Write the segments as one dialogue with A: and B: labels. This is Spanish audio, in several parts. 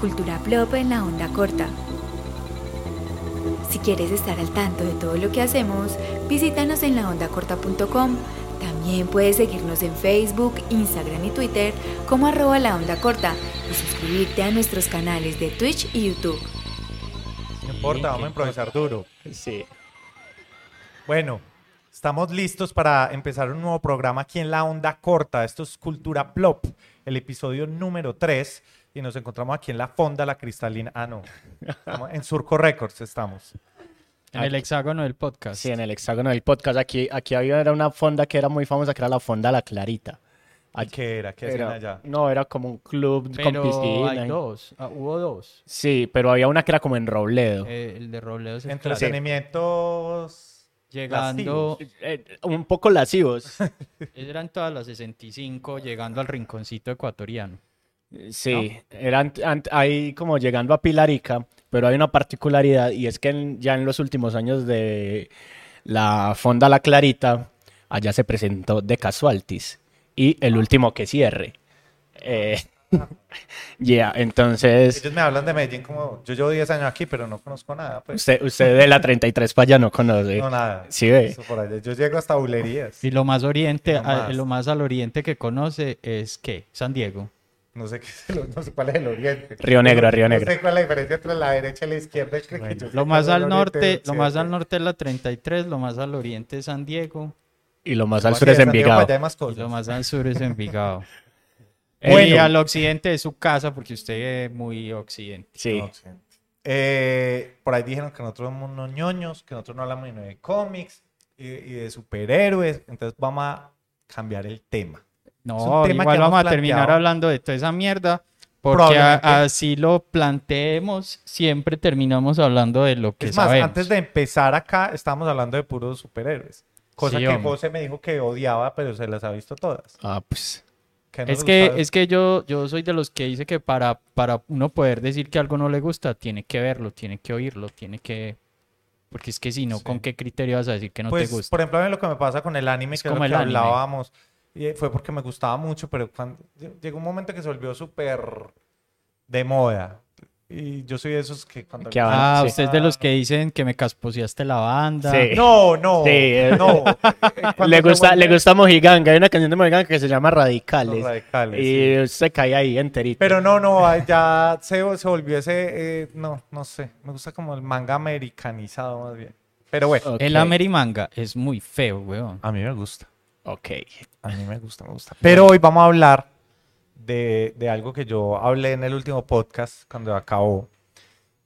A: Cultura Plop en la onda corta. Si quieres estar al tanto de todo lo que hacemos, visítanos en laondacorta.com. También puedes seguirnos en Facebook, Instagram y Twitter como arroba la onda corta y suscribirte a nuestros canales de Twitch y YouTube.
B: No importa, vamos a improvisar duro.
C: Sí.
B: Bueno, estamos listos para empezar un nuevo programa aquí en La Onda Corta. Esto es Cultura Plop, el episodio número 3. Y nos encontramos aquí en la Fonda La Cristalina. Ah, no. Estamos en Surco Records estamos.
D: En el hexágono del podcast.
C: Sí, en el hexágono del podcast. Aquí, aquí había era una fonda que era muy famosa, que era la Fonda La Clarita.
B: Ay, ¿Qué era? ¿Qué hacían
C: Era-
B: allá?
C: no, era como un club
D: Pero
C: con piscina.
D: hay dos. ah, hubo dos.
C: Sí, pero había una que era como en Robledo.
D: Eh, el de Robledo es el clásico.
B: Entretenimientos.
D: Llegando,
C: Eh, un poco lascivos.
D: eran todas las 65, llegando al rinconcito ecuatoriano.
C: Sí, eran ant- ahí como llegando a Pilarica, pero hay una particularidad y es que en- ya en los últimos años de la Fonda La Clarita, allá se presentó De Casualtis y el último que cierre. Eh, yeah, entonces
B: Ellos me hablan de Medellín como yo llevo 10 años aquí, pero no conozco nada. Pues.
C: usted, usted de la 33 para allá no conoce.
B: No, nada.
C: Sí, ve.
B: Eso por allá. Yo llego hasta bulerías.
D: Y lo más oriente,
B: No
D: a-
B: más.
D: lo más al oriente que conoce es ¿qué? San Diego.
B: No sé, qué es el- no sé cuál es el oriente.
C: Río Negro,
B: No-
C: Río
B: No
C: Negro.
B: sé cuál es la diferencia entre la derecha y la izquierda. Creo que yo sé
D: Lo
B: cuál
D: más
B: es
D: al
B: el
D: norte,
B: oriente,
D: lo
B: sí,
D: más
B: sí.
D: al norte es la 33, lo más al oriente es San Diego
C: Y lo más
B: Como
C: al
B: así,
C: sur es
B: de San Diego para
C: Envigado.
B: allá hay más
D: y lo
B: cosas.
D: más al sur es Envigado. Y
C: Bueno.
D: al occidente es su casa porque usted es muy occidente.
C: Sí.
B: No, sí. Eh, por ahí dijeron que nosotros somos unos ñoños, que nosotros no hablamos ni de cómics y, y de superhéroes. Entonces vamos a cambiar el tema. Es
D: No,
B: un tema
D: igual
B: que
D: vamos a
B: hemos
D: terminar
B: planteado.
D: hablando de toda esa mierda. Porque a-
B: Probablemente.
D: así lo planteemos, siempre terminamos hablando de lo que
B: es más,
D: sabemos.
B: antes de empezar acá, estábamos hablando de puros superhéroes. Cosa
D: Sí,
B: que
D: hombre.
B: José me dijo que odiaba, pero se las ha visto todas.
C: Ah, pues.
B: Que no
D: Es
B: le
D: que,
B: gustaba-
D: es que yo, yo soy de los que dice que para, para uno poder decir que algo no le gusta, tiene que verlo, tiene que oírlo, tiene que... Porque es que si no,
B: Sí.
D: ¿con qué criterio vas a decir que no
B: pues,
D: te gusta?
B: por ejemplo, a mí lo que me pasa con el anime,
D: Es
B: que es lo
D: como el
B: que
D: anime.
B: hablábamos, y, eh, fue porque me gustaba mucho, pero cuando, lle- llegó un momento que se volvió súper de moda. Y yo soy de esos que cuando...
C: Que
B: alguien-
D: Ah,
C: Sí.
D: usted es de los que dicen que me casposeaste la banda.
C: Sí.
B: No, no,
C: Sí, eh,
B: no. Cuando
C: Le
B: se
C: gusta, le
B: vuelve-
C: gusta Mojiganga. Hay una canción de Mojiganga que se llama
B: Los
C: Radicales.
B: radicales. sí.
C: Y se cae ahí enterito.
B: Pero no, no, ah, ya se, se volvió ese... eh, no, no sé. Me gusta como el manga americanizado más bien. Pero bueno.
C: Ok,
D: El Amerimanga es muy feo, weón.
B: A mí me gusta.
C: Ok.
B: A mí me gusta, me gusta. Pero hoy vamos a hablar de, de algo que yo hablé en el último podcast cuando acabó.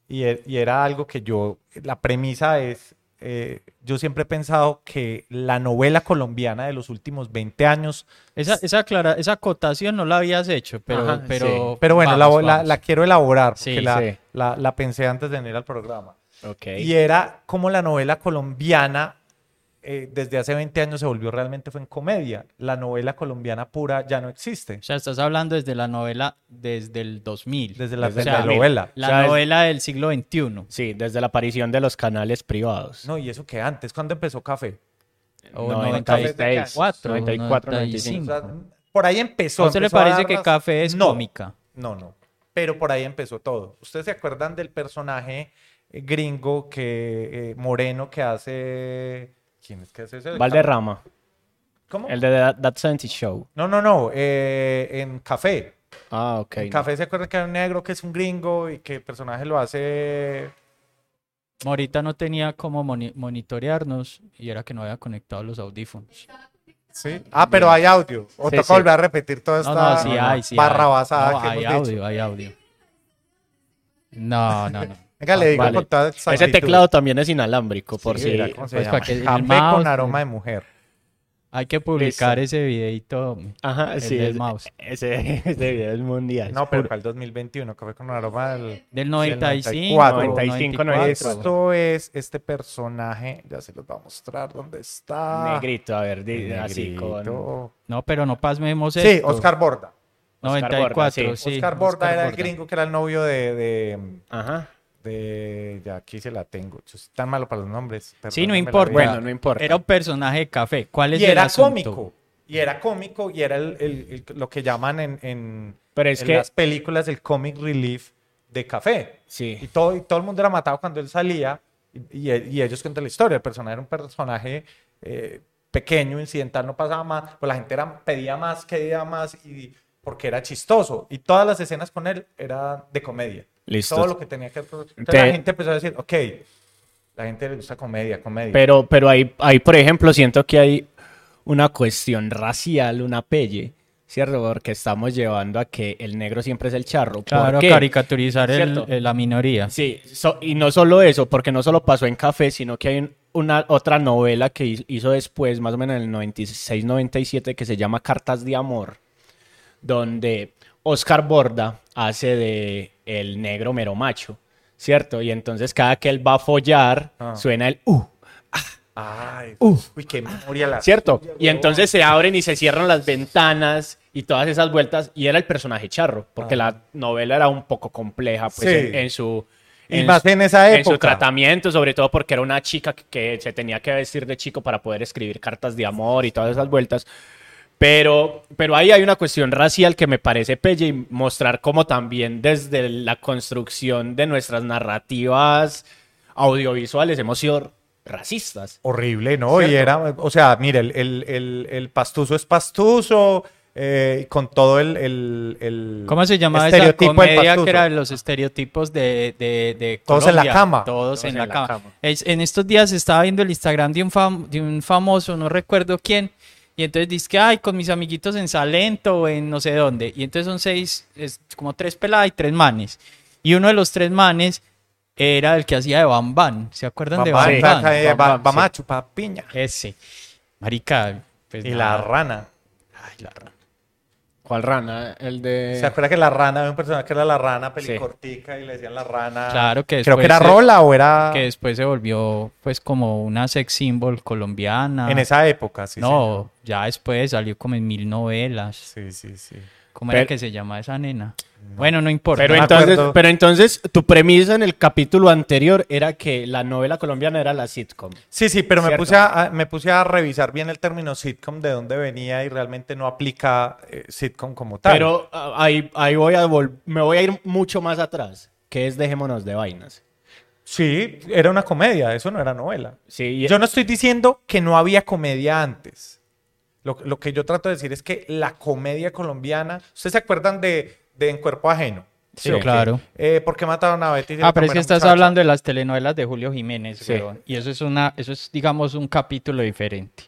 B: Y, e- y era algo que yo, la premisa es, eh, yo siempre he pensado que la novela colombiana de los últimos 20 años,
D: Esa, esa, clara, esa acotación no la habías hecho, pero...
C: Ajá,
D: pero,
C: sí.
B: pero bueno, la,
D: vamos,
B: la-
D: vamos.
B: la quiero elaborar porque
D: Sí,
B: la,
C: sí.
B: la- la pensé antes de venir al programa.
C: Ok.
B: Y era como la novela colombiana eh, desde hace 20 años se volvió realmente fue en comedia. La novela colombiana pura ya no existe.
D: O sea, estás hablando desde la novela desde el 2000.
B: Desde la
D: O sea,
B: telenovela.
D: La
C: O sea, es-
D: novela del siglo XXI.
C: Sí, desde la aparición de los canales privados.
B: No, y eso que antes, ¿cuándo empezó Café?
D: O
C: 96,
D: 94,
C: 94,
B: O
C: 95.
B: sea, por ahí empezó.
D: ¿A usted le
B: empezó a
D: parece
B: dar
D: que
B: las-
D: Café es
B: No,
D: cómica?
B: No, no. Pero por ahí empezó todo. ¿Ustedes se acuerdan del personaje eh, gringo que eh, moreno que hace ¿Quién es que hace ese?
C: Valderrama,
B: ¿Cómo?
C: el de That, That 70 Show.
B: No, no, no, eh, en Café.
C: Ah, ok.
B: En Café se acuerdan que era un negro que es un gringo y que el personaje lo hace
D: Morita no tenía cómo moni- monitorearnos y era que no había conectado los audífonos.
B: Sí. Ah, pero hay audio. O
C: Sí,
B: toca
C: sí.
B: volver a repetir toda
D: No,
B: esta
D: no, sí hay, sí hay.
B: barra basada
D: No,
B: que
D: hay
B: hemos dicho.
D: audio, hay audio. No, no, no.
B: Venga, le digo
C: Vale.
B: con toda
C: Ese
B: exactitud.
C: teclado también es inalámbrico, por
B: Sí,
C: si.
B: era, ¿cómo se
D: pues,
B: llama?
D: para que el
B: Café
D: mouse,
B: con
D: sí.
B: aroma de mujer.
D: Hay que publicar ese videito.
C: Ajá,
D: El
C: sí.
D: del
C: es-
D: mouse.
C: Ese, ese video es mundial.
B: No, pero para el 2021, café con aroma del...
D: Del 95,
B: 94,
C: 95,
D: 94.
B: Esto es este personaje, ya se los va a mostrar dónde está.
C: Negrito, a ver, di-
B: Negrito.
C: así con.
D: No, pero no pasmemos
B: Sí,
D: esto.
B: Oscar Borda.
D: 94,
C: Borda,
D: sí.
B: Oscar Borda
D: Oscar
B: era el
D: Borda.
B: gringo que era el novio de... de,
C: Ajá.
B: de- ya aquí se la tengo. Yo soy tan malo para los nombres.
D: Sí, no
B: perdónenme la
D: importa.
B: vida.
C: Bueno, no importa.
D: Era un personaje de café. ¿Cuál es
B: y
D: el
B: era
D: asunto?
B: cómico. Y era cómico y era el- el- el- lo que llaman en, en-
C: Pero es
B: en
C: que.
B: las películas el comic relief de café.
C: Sí.
B: Y todo, y todo el mundo era matado cuando él salía. Y, y- y ellos cuentan la historia. El personaje era un personaje eh, pequeño, incidental, no pasaba más. Pues la gente era, pedía más, quería más, y, porque era chistoso. Y todas las escenas con él eran de comedia.
C: Listo.
B: Todo lo que tenía que... Entonces
C: Te-
B: la gente empezó a decir, ok, la gente le gusta comedia, comedia.
C: Pero, pero ahí, ahí, por ejemplo, siento que hay una cuestión racial, una pelle, ¿cierto? Porque estamos llevando a que el negro siempre es el charro. ¿Por
D: Claro,
C: qué?
D: caricaturizar el-
C: ¿Cierto?
D: el- la minoría.
C: Sí, so- y no solo eso, porque no solo pasó en Café, sino que hay un- una otra novela que hi- hizo después, más o menos en el 96-97, que se llama Cartas de Amor, donde Oscar Borda hace de el negro mero macho, ¿cierto? Y entonces cada que él va a follar,
B: Ah.
C: suena el uh,
B: Ay, uy, qué memoria la...
C: ¿cierto? Y entonces se abren y se cierran las ventanas y todas esas vueltas, y era el personaje charro, porque la novela era un poco compleja, pues,
B: Ah. Sí.
C: en, en su...
B: Y más
C: su-
B: en esa
C: en su
B: época.
C: tratamiento, sobre todo porque era una chica que, que se tenía que vestir de chico para poder escribir cartas de amor y todas esas vueltas. Pero, pero ahí hay una cuestión racial que me parece pelle y mostrar cómo también desde la construcción de nuestras narrativas audiovisuales hemos sido racistas.
B: Horrible, ¿no? Y era, o sea, mire, el, el, el, el pastuso es pastuso, eh, con todo el, el, el
D: ¿Cómo se llamaba esa
B: estereotipo del
D: comedia que
B: pastuso.
D: era de los estereotipos de, de, de
B: Todos en la
D: Colombia?
B: cama.
D: Todos, en, la, cama. Es- en estos días estaba viendo el Instagram de un, fam- de un famoso, no recuerdo quién, y entonces dice que, ay, con mis amiguitos en Salento o en no sé dónde. Y entonces son seis, es como tres peladas y tres manes. Y uno de los tres manes era el que hacía de Bam Bam. ¿Se acuerdan de
B: Bam,
D: Bam
B: bam,
D: Bam?
B: saca, eh,
C: bam,
B: ba-
C: bam,
B: bam,
C: sí.
B: a chupar piña.
D: Ese. Marica, pues
B: Y la
D: nada.
B: rana.
D: Ay, la rana.
C: ¿Cuál rana? El de...
B: ¿Se acuerda que la rana, había un personaje que era la rana pelicortica y le decían la rana?
D: Claro que
B: Creo que era
D: después se-
B: Rola o era
D: que después se volvió pues como una sex symbol colombiana.
B: en esa época, sí.
D: no, ya después salió como en mil novelas.
B: Sí, sí, sí.
D: ¿Cómo
C: Pero-
D: era que se llama esa nena? Bueno, no importa. Ah,
C: Pero
B: me
C: entonces,
B: acuerdo.
C: pero entonces tu premisa en el capítulo anterior era que la novela colombiana era la sitcom.
B: Sí, sí, pero me
C: Cierto.
B: puse, a, a- me puse a revisar bien el término sitcom, de dónde venía y realmente no aplica eh, sitcom como tal.
C: Pero ah, ahí, ahí voy a vol- me voy a ir mucho más atrás, que es Dejémonos de vainas.
B: Sí, era una comedia, eso no era novela.
C: Sí, y-
B: Yo no estoy diciendo que no había comedia antes. Lo, lo que yo trato de decir es que la comedia colombiana, ¿ustedes se acuerdan de, de En Cuerpo Ajeno?
D: Sí,
B: ¿o qué?
D: claro.
B: Eh, ¿Por qué mataron a Betty? y se
D: Ah,
B: la
D: pero es que
B: comió
D: estás
B: muchacha?
D: hablando de las telenovelas de Julio Jiménez,
C: Sí.
D: weón. Y eso es una, eso es, digamos, un capítulo diferente.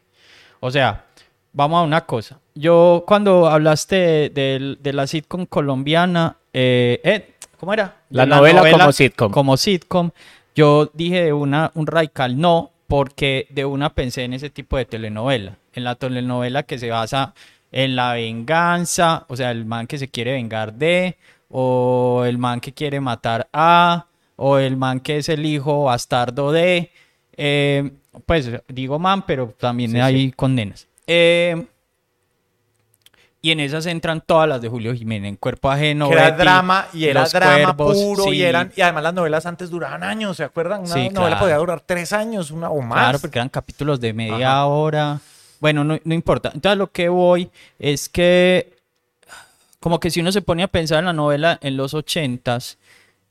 D: O sea, vamos a una cosa. Yo, cuando hablaste de, del- de la sitcom colombiana, eh, eh, ¿cómo era?
C: La
D: De
C: novela como sitcom.
D: Como sitcom, yo dije de una, un radical no, porque de una pensé en ese tipo de telenovela. En la telenovela que se basa en la venganza, o sea, el man que se quiere vengar de, o el man que quiere matar a, o el man que es el hijo bastardo de. eh, pues digo man, pero también hay condenas. Eh, y en esas entran todas las de Julio Jiménez, en cuerpo ajeno.
B: que era
D: Betty,
B: drama y era
D: Los
B: drama
D: Cuervos,
B: puro y
D: sí.
B: eran y además las novelas antes duraban años, ¿se acuerdan? Una
D: Sí,
B: novela
D: claro.
B: podía durar tres años, una o más.
D: Claro, porque eran capítulos de media hora. Bueno, no, no importa. Entonces lo que voy es que como que si uno se pone a pensar en la novela en los ochentas,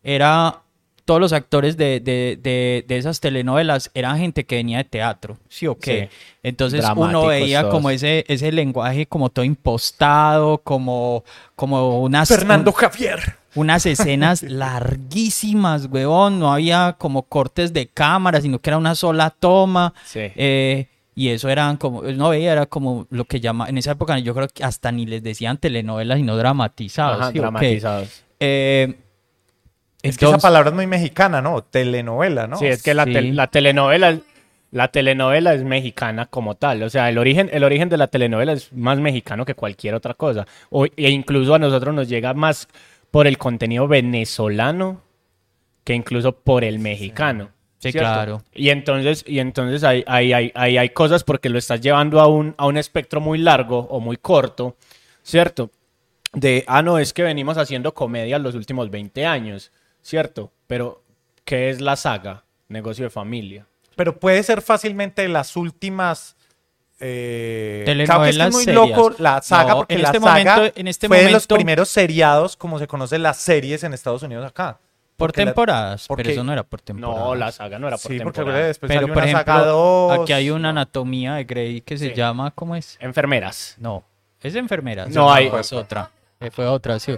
D: era todos los actores de, de- de- de esas telenovelas eran gente que venía de teatro, ¿sí o qué?
C: Sí.
D: Entonces uno
C: Dramáticos
D: veía
C: todos.
D: como ese, ese lenguaje como todo impostado, como, como unas...
B: Fernando
D: un-
B: Javier.
D: unas escenas larguísimas, weón. No había como cortes de cámara, sino que era una sola toma.
C: Sí.
D: Eh, y eso eran como, no veía, era como lo que llama, en esa época yo creo que hasta ni les decían telenovelas, sino dramatizados.
B: Ah,
C: Ajá,
D: ¿sí o qué?
C: dramatizados.
D: Eh,
B: Es que esa
D: entonces-
B: palabra es muy mexicana, ¿no? Telenovela, ¿no?
C: Sí, es que la,
D: Sí.
C: tel- la telenovela la telenovela es mexicana como tal, o sea, el origen el origen de la telenovela es más mexicano que cualquier otra cosa. O- e incluso a nosotros nos llega más por el contenido venezolano que incluso por el mexicano.
D: Sí,
C: ¿cierto?
D: claro.
C: Y entonces, y entonces ahí, ahí- ahí- ahí hay cosas porque lo estás llevando a un, a un espectro muy largo o muy corto, ¿cierto? De, ah, no, es que venimos haciendo comedia los últimos 20 años, ¿cierto? Pero, ¿qué es la saga? Negocio de familia.
B: Pero puede ser fácilmente las últimas. Eh, claro que es que
D: Telenovelas
B: es muy
D: serias.
B: loco la saga,
D: No,
B: porque
D: en
B: la
D: este
B: saga
D: momento- en este
B: fue de los
D: momento-
B: primeros seriados, como se conocen las series en Estados Unidos acá.
D: Por
B: Porque la-
D: temporadas,
B: porque-
D: pero eso no era por temporadas.
C: No, la saga no era por
B: Sí, porque
C: temporada.
B: después
D: Pero
B: pues, salió
D: por
B: una
D: ejemplo,
B: saga dos.
D: aquí hay una anatomía de Grey que se
C: Sí.
D: llama, ¿cómo es?
C: Enfermeras.
D: No, es enfermera.
C: No,
D: sí, no,
C: hay-
D: es otra. Eh, Fue otra, sí.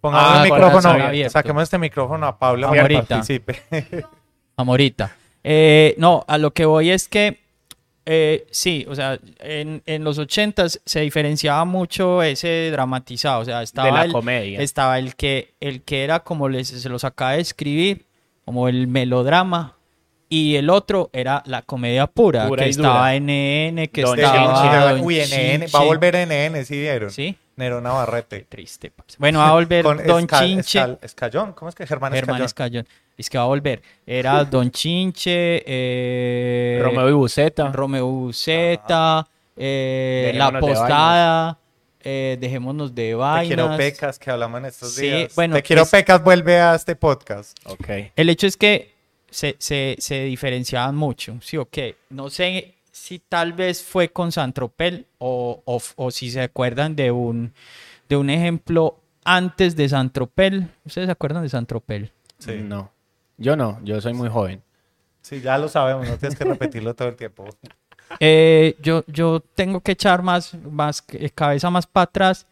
B: Pongamos
D: Ah,
B: el
D: con la saga
B: micrófono.
D: abierta.
B: Saquemos este micrófono a Paula
D: Ah,
B: para que
D: ahorita.
B: participe.
D: Amorita. Eh, no, a lo que voy es que eh, sí, o sea, en, en los ochentas se diferenciaba mucho ese dramatizado, o sea, estaba
C: de la
D: el,
C: comedia.
D: estaba el que el que era como les se los acaba de escribir como el melodrama y el otro era la comedia pura,
C: Pura
D: que
C: y dura.
D: estaba NN que
C: Don
D: estaba
C: Chinche.
D: Don
B: Uy, NN.
D: Chinche.
B: Este Va a volver NN, ¿sí vieron?
D: sí
B: Nero Navarrete.
D: triste parce. bueno va a volver
B: Con
D: Don
B: Escal-
D: Chinche
B: Escal- Escallón. ¿Cómo es que Germán
D: Germán
B: Escallón?
D: Escallón es que va a volver era Don Chinche eh,
C: Romeo y Buceta.
D: Romeo Z, eh,
C: Dejémonos
D: La
C: de
D: Postada, eh, Dejémonos de
B: Te quiero
D: Vainas.
B: pecas que hablamos en estos
D: Sí,
B: días.
D: bueno,
B: Te quiero
D: es-
B: pecas vuelve a este podcast.
C: Ok.
D: El hecho es que se, se, se diferenciaban mucho, sí o qué. No sé si tal vez fue con Santropel o, o, f- o si se acuerdan de un, de un ejemplo antes de Santropel. ¿Ustedes se acuerdan de Santropel?
B: Sí.
C: No. Yo no, yo soy muy joven.
B: Sí, ya lo sabemos, no tienes que repetirlo todo el tiempo.
D: Eh, yo, yo tengo que echar más, más eh, cabeza más para atrás,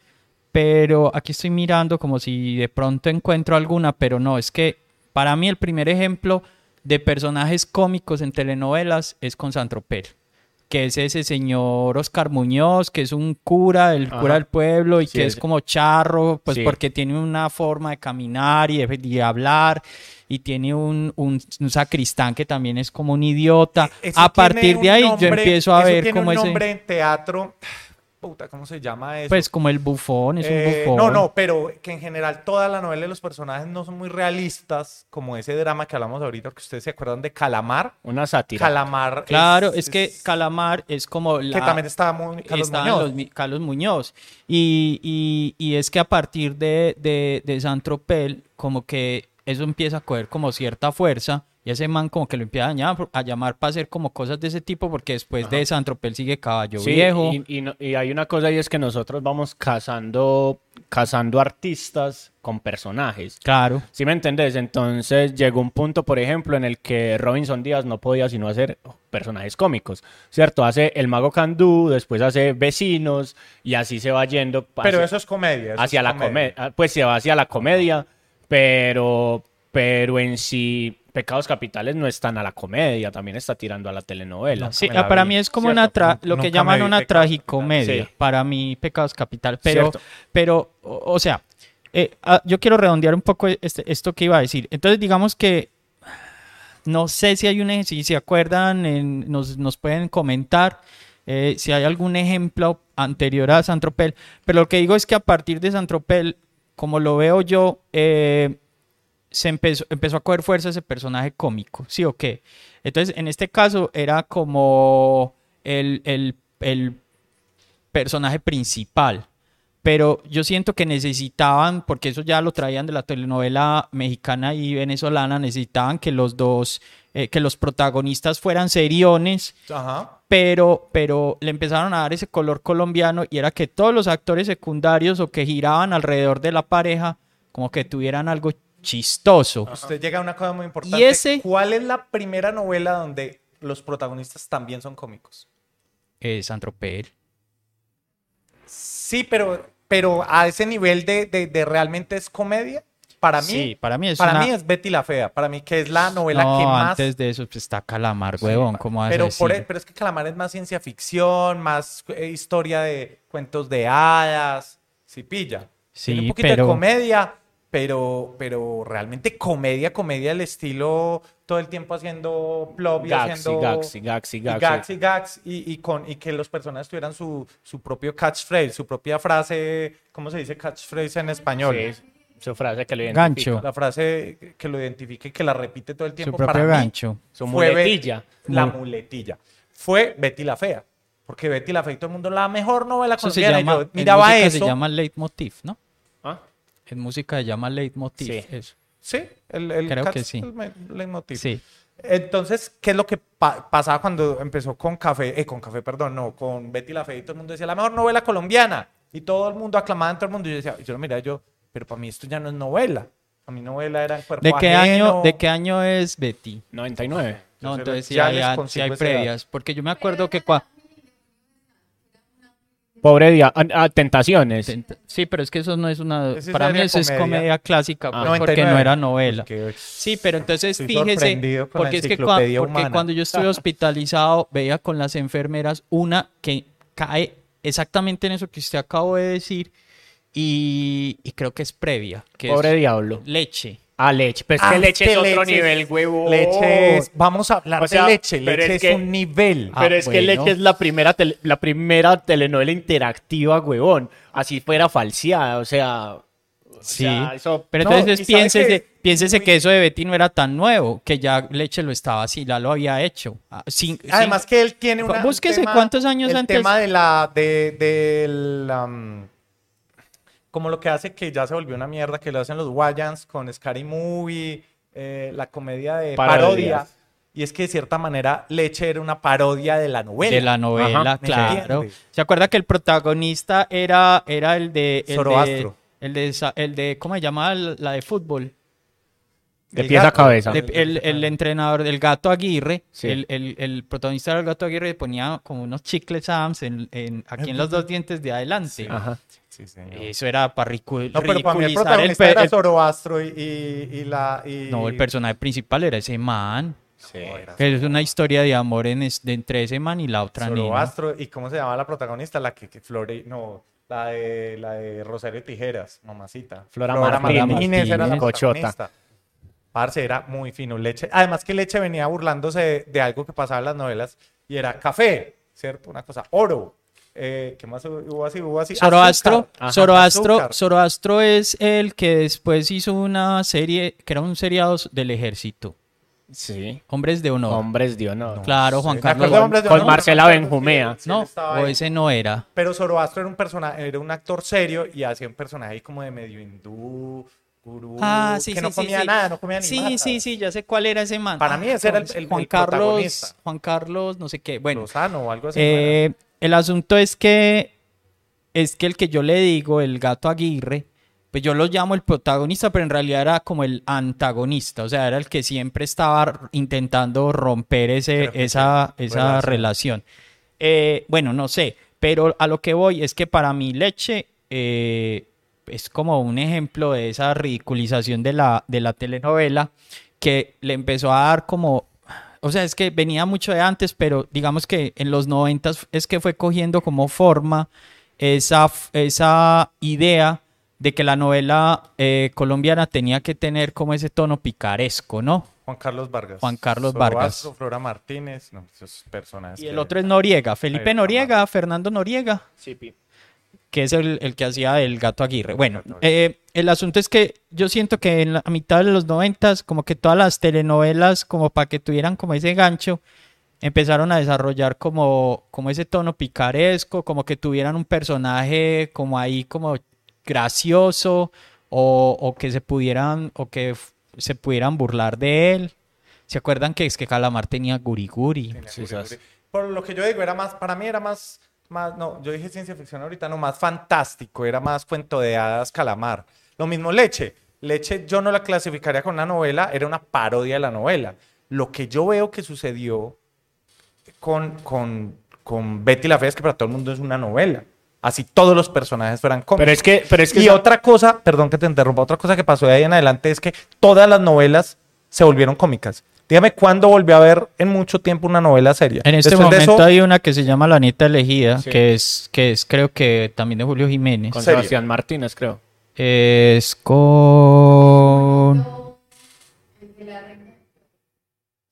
D: pero aquí estoy mirando como si de pronto encuentro alguna, pero no, es que para mí el primer ejemplo de personajes cómicos en telenovelas es con Santropel, que es ese señor Oscar Muñoz, que es un cura, el
C: Ajá.
D: cura del pueblo y
C: Sí,
D: que
C: es-
D: es como charro, pues
C: Sí.
D: porque tiene una forma de caminar y de, y de hablar. Y tiene un, un- un sacristán que también es como un idiota.
B: Eso
D: A
B: tiene
D: partir
B: un
D: de ahí yo
B: nombre-
D: empiezo a
B: eso
D: ver
B: tiene
D: cómo
B: un
D: es.
B: nombre en teatro. Puta, ¿cómo se llama eso?
D: Pues como el bufón, es
B: Eh,
D: un bufón.
B: No, no, pero que en general toda la novela y los personajes no son muy realistas, como ese drama que hablamos ahorita, que ustedes se acuerdan de Calamar.
C: Una sátira.
B: Calamar.
D: Claro, es, que Calamar es como la.
B: Que también estaba muy Carlos
D: estaban
B: Muñoz.
D: los Mi- Carlos Muñoz. Y, y- y es que a partir de, de, de San Tropel, como que eso empieza a coger como cierta fuerza. Y ese man como que lo empieza a llamar, a llamar para hacer como cosas de ese tipo, porque después de San Tropel sigue Caballo
C: Sí,
D: Viejo.
C: Y, y no- y hay una cosa y es que nosotros vamos cazando, cazando artistas con personajes.
D: Claro.
C: ¿Sí me entendés? Entonces llegó un punto, por ejemplo, en el que Robinson Díaz no podía sino hacer personajes cómicos, ¿cierto? Hace El Mago Candú, después hace Vecinos y así se va yendo
B: Pero
C: hacia,
B: eso es comedia. eso
C: hacia
B: es
C: la comedia. Pues se va hacia la comedia, pero, pero en sí Pecados Capitales no están a la comedia, también está tirando a la telenovela.
D: Sí, ah,
B: me la
D: para
B: vi,
D: mí es como
B: ¿cierto?
D: una tra-
B: Nunca
D: lo que
B: me
D: llaman
B: vi
D: una
B: Pecados
D: tragicomedia.
C: Capital. Sí.
D: Para mí, Pecados Capital. Pero,
C: Cierto.
D: pero o, o sea, eh, ah, yo quiero redondear un poco este- esto que iba a decir. Entonces, digamos que no sé si hay un, ej- si se acuerdan, en- nos, nos pueden comentar eh, si hay algún ejemplo anterior a Santropel. Pero lo que digo es que a partir de Santropel, como lo veo yo, eh, se empezó, empezó a coger fuerza ese personaje cómico, ¿sí o qué? Entonces, en este caso era como el, el- el personaje principal, pero yo siento que necesitaban, porque eso ya lo traían de la telenovela mexicana y venezolana, necesitaban que los dos, eh, que los protagonistas fueran seriones
B: Ajá.
D: pero, pero le empezaron a dar ese color colombiano y era que todos los actores secundarios o que giraban alrededor de la pareja como que tuvieran algo chistoso.
B: Pues Usted llega a una cosa muy importante.
D: Y ese-
B: ¿Cuál es la primera novela donde los protagonistas también son cómicos?
D: Eh, Santropel.
B: Sí, pero, pero a ese nivel de, de- de realmente es comedia, para mí,
D: Sí, para mí es
B: para
D: una-
B: mí es Betty la Fea, para mí que es la novela
D: no,
B: que más...
D: antes de eso pues, está Calamar,
B: Sí,
D: huevón,
B: pa-
D: ¿cómo vas a
B: Ah, pero, por- e,
D: decir?
B: pero es que Calamar es más ciencia ficción, más eh, historia de cuentos de hadas, si pilla.
D: Sí,
B: Tiene un poquito
D: pero-
B: de comedia, pero, pero realmente comedia, comedia del estilo todo el tiempo haciendo plop y
C: Gaxi,
B: haciendo...
C: Gaxi, Gaxi,
B: y
C: Gaxi.
B: gags y gags y, y con, y que los personajes tuvieran su, su propio catchphrase, su propia frase, ¿cómo se dice catchphrase en español?
C: Sí, su frase que lo
D: Gancho.
C: identifica.
B: La frase que lo identifique y que la repite todo el tiempo.
D: propio
B: para mí,
D: gancho.
C: Su
B: fue Be-
C: muletilla.
B: La
D: Mu-
B: muletilla. Fue Betty la Fea. Porque Betty la Fea y todo el mundo, la mejor novela
D: Eso se
B: colombiana. y
D: llama,
B: yo
D: en
B: miraba
D: música
B: eso.
D: se llama leitmotiv, ¿no?
C: ¿Ah?
D: En música se llama leitmotiv.
C: Sí.
D: eso.
B: Sí, el, el
D: Creo
B: catch-
D: que sí.
B: el me- leitmotiv.
D: Sí.
B: Entonces, ¿qué es lo que pa- pasaba cuando empezó con Café? Eh, con Café, perdón, no, con Betty la Fe y todo el mundo decía, la mejor novela colombiana. Y todo el mundo aclamaba, todo el mundo. Y yo decía, yo lo miraba yo, pero para mí esto ya no es novela. A mi novela era en cuerpo
D: ¿De qué, año,
B: ajeno.
D: ¿de qué año es Betty?
C: 99.
D: No,
B: Entonces,
D: entonces sí
B: ya
D: hay,
B: les
D: an- sí
B: consigo
D: hay
B: esa
D: previas. Porque yo me acuerdo que cua-
C: Pobre día. Ah, ah, tentaciones.
D: Tent- Sí, pero es que eso no es una.
B: Ese
D: para mí
B: sería
D: eso es
B: comedia.
D: comedia clásica,
C: Ah,
D: pues, porque
B: 99.
D: no era novela.
B: Porque-
D: Sí, pero entonces
B: Estoy
D: fíjese,
B: sorprendido con la
D: porque es que cua-
B: enciclopedia
D: porque
B: humana.
D: cuando yo estuve hospitalizado veía con las enfermeras una que cae exactamente en eso que usted acabó de decir y, y creo que es previa, que
C: Pobre
D: es
C: diablo.
D: leche.
C: Ah, leche. Pues
B: Ah,
C: que leche es
B: que
C: otro
B: leche es-
C: nivel, huevo.
B: Leche es- vamos a hablar
C: O sea,
B: de leche.
C: pero
B: Leche es,
C: es que-
B: un nivel.
D: Ah,
C: Pero es que
D: bueno.
C: Leche es la primera, tele- la primera telenovela interactiva, huevón. Así fuera falseada, o sea. o
D: Sí.
C: sea, eso-
D: Pero
B: No,
D: entonces
B: ¿y sabe
D: piénsese,
B: qué?
D: piénsese que eso de Betty no era tan nuevo, que ya Leche lo estaba así, ya lo había hecho. Ah, sin- sin-
B: Además que él tiene
D: Fue-
B: una...
D: búsquese cuántos años
B: el
D: antes-
B: tema de la... De, del, am, como lo que hace que ya se volvió una mierda, que lo hacen los Wayans con Scary Movie, eh, la comedia de
C: Parodias.
B: parodia. Y es que de cierta manera Leche era una parodia de la novela.
D: de la novela,
C: Ajá.
B: ¿Me
D: claro.
B: entiendes?
D: ¿Se acuerda que el protagonista era, era el de... El
B: Zoroastro.
D: De, el, de, esa- el de... ¿Cómo se llama la de fútbol?
C: De
B: El
C: pies a
B: gato.
C: cabeza.
D: De- el, el entrenador del gato Aguirre,
C: Sí.
D: el, el- el protagonista del gato Aguirre ponía como unos chicles Adams en, en- aquí en los dos dientes de adelante.
C: Ajá.
B: Sí, señor.
C: Eh,
D: Eso era para ridiculizar
B: No, pero para mí el
D: el,
B: protagonista
D: pe-
B: era
D: el-
B: Zoroastro y, y- y la... y-
D: No, el personaje principal era ese man.
B: No, era
D: Pero es una historia de amor en es- de entre ese man y la otra niña.
B: Zoroastro, ¿y cómo se llama la protagonista? La que, que Flore, no, la de, la de Rosario Tijeras, mamacita.
C: Flora Martínez.
B: era la
C: Cochota.
B: protagonista. Parce, era muy fino. Leche, además que Leche venía burlándose de, de algo que pasaba en las novelas y era café, ¿cierto? Una cosa, oro. Eh, ¿Qué más hubo así? Hubo así.
D: Zoroastro,
B: azúcar. Ajá,
D: Zoroastro,
B: azúcar.
D: Zoroastro es el que después hizo una serie, que era un seriado del ejército.
C: Sí.
D: Hombres de honor.
C: Hombres de honor.
D: Claro, Juan
B: Me
D: Carlos.
B: acuerdo de Hombres de
C: con
B: Honor,
C: Marcela
B: me acuerdo
C: Benjumea.
B: que- sí, él
D: No,
B: estaba
D: o
B: ahí.
D: ese no era.
B: Pero Zoroastro era un personaje, era un actor serio y hacía un personaje ahí como de medio hindú, gurú,
D: Ah, sí,
B: Uh, que
D: sí,
B: no
D: sí,
B: comía
D: sí.
B: nada, no comía ni
D: Sí,
B: mata.
D: sí, sí, ya sé cuál era ese man.
B: Para
D: Ah,
B: mí ese era el- el-
D: Juan
B: el
D: Carlos,
B: protagonista.
D: Juan Carlos, no sé qué. Bueno,
B: Lozano o algo así.
D: eh, el asunto es que es que el que yo le digo, el gato Aguirre, pues yo lo llamo el protagonista, pero en realidad era como el antagonista, o sea, era el que siempre estaba r- intentando romper ese,
B: Creo que
D: esa, esa relación. Eh, bueno, no sé, pero a lo que voy es que para mí Leche eh, es como un ejemplo de esa ridiculización de la, de la telenovela que le empezó a dar como... O sea, es que venía mucho de antes, pero digamos que en los 90 es que fue cogiendo como forma esa, f- esa idea de que la novela eh, colombiana tenía que tener como ese tono picaresco, ¿no?
B: Juan Carlos Vargas.
D: Juan Carlos
B: Zoroastro,
D: Vargas.
B: Flora Martínez, no, esos personajes.
D: Y el
B: que-
D: otro es Noriega, Felipe
B: está
D: Noriega, Fernando Noriega.
C: Sí, pi.
D: que es el, el que hacía del gato Aguirre. Bueno,
B: Gato
D: eh, el asunto es que yo siento que en la mitad de los noventas, como que todas las telenovelas, como para que tuvieran como ese gancho, empezaron a desarrollar como, como ese tono picaresco, como que tuvieran un personaje como ahí como gracioso, o, o que se pudieran, o que f- se pudieran burlar de él. ¿Se acuerdan que es que Calamar tenía guriguri?
B: Tenía
C: Sí,
B: gurú,
C: esas.
B: gurú. Por lo que yo digo, era más, para mí era más, más, no, yo dije ciencia ficción ahorita, no, más fantástico, era más cuento de hadas calamar. Lo mismo Leche. Leche yo no la clasificaría con una novela, era una parodia de la novela. Lo que yo veo que sucedió con, con, con Betty la Fea es que para todo el mundo es una novela. Así todos los personajes fueran cómicos.
C: Pero es que, pero es que
B: y
C: esa-
B: otra cosa, perdón que te interrumpa, otra cosa que pasó de ahí en adelante es que todas las novelas se volvieron cómicas. Dígame cuándo volvió a ver en mucho tiempo una novela seria.
D: En este
B: Después de
D: momento
B: eso,
D: hay una que se llama La Nieta Elegida,
C: Sí.
D: que es, que es creo que también de Julio Jiménez.
C: Con
B: Serio.
C: Sebastián Martínez, creo.
D: Es con...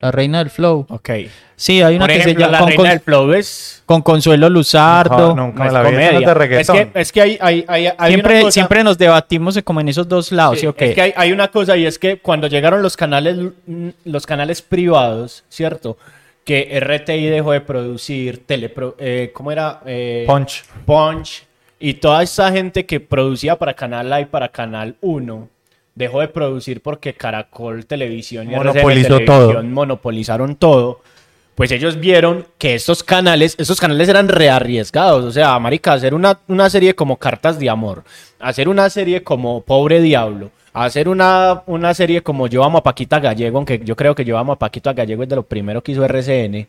D: La Reina del Flow.
C: Ok.
D: Sí, hay una
C: Por
D: que
C: ejemplo,
D: se llama...
C: la
D: Con,
C: reina
D: Con-
C: del flow es...
D: con Consuelo Luzardo.
B: No, no,
C: no
B: Como la
C: es
B: vida es
C: comedia.
B: de reggaetón.
C: Es que, es que hay, hay, hay, hay
D: siempre,
C: una cosa...
D: siempre nos debatimos como en esos dos lados, ¿sí,
C: Sí,
D: o qué?
C: Es que hay, hay una cosa y es que cuando llegaron los canales, mm, los canales privados, ¿cierto? Que RTI dejó de producir, Telepro, eh, ¿cómo era? Eh,
B: Punch.
C: Punch. Y toda esa gente que producía para Canal A y para Canal 1 dejó de producir porque Caracol Televisión y RCN
B: Monopolizó
C: Televisión
B: todo.
C: monopolizaron todo. Pues ellos vieron que estos canales, esos canales eran rearriesgados. O sea, marica, hacer una, una serie como Cartas de Amor, hacer una serie como Pobre Diablo, hacer una, una serie como Yo amo a Paquita Gallego, aunque yo creo que Yo amo a Paquita Gallego es de lo primero que hizo RCN,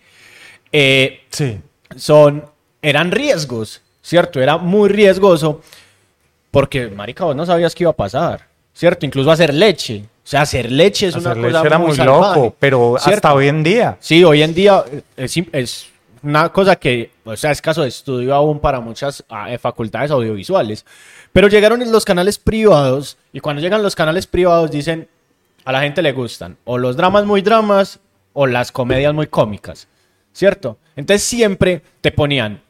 C: eh,
B: Sí.
C: son, eran riesgos, ¿cierto? Era muy riesgoso porque, marica, vos no sabías qué iba a pasar, ¿cierto? Incluso hacer leche. O sea, hacer leche es
B: Hacer
C: una cosa
B: leche era muy
C: salvaje,
B: loco, pero
C: ¿cierto?
B: hasta hoy en día.
C: Sí, hoy en día eh, es, im- es una cosa que, o sea, es caso de estudio aún para muchas ah, eh, facultades audiovisuales. Pero llegaron en los canales privados y cuando llegan los canales privados dicen, a la gente le gustan o los dramas muy dramas o las comedias muy cómicas, ¿cierto? Entonces siempre te ponían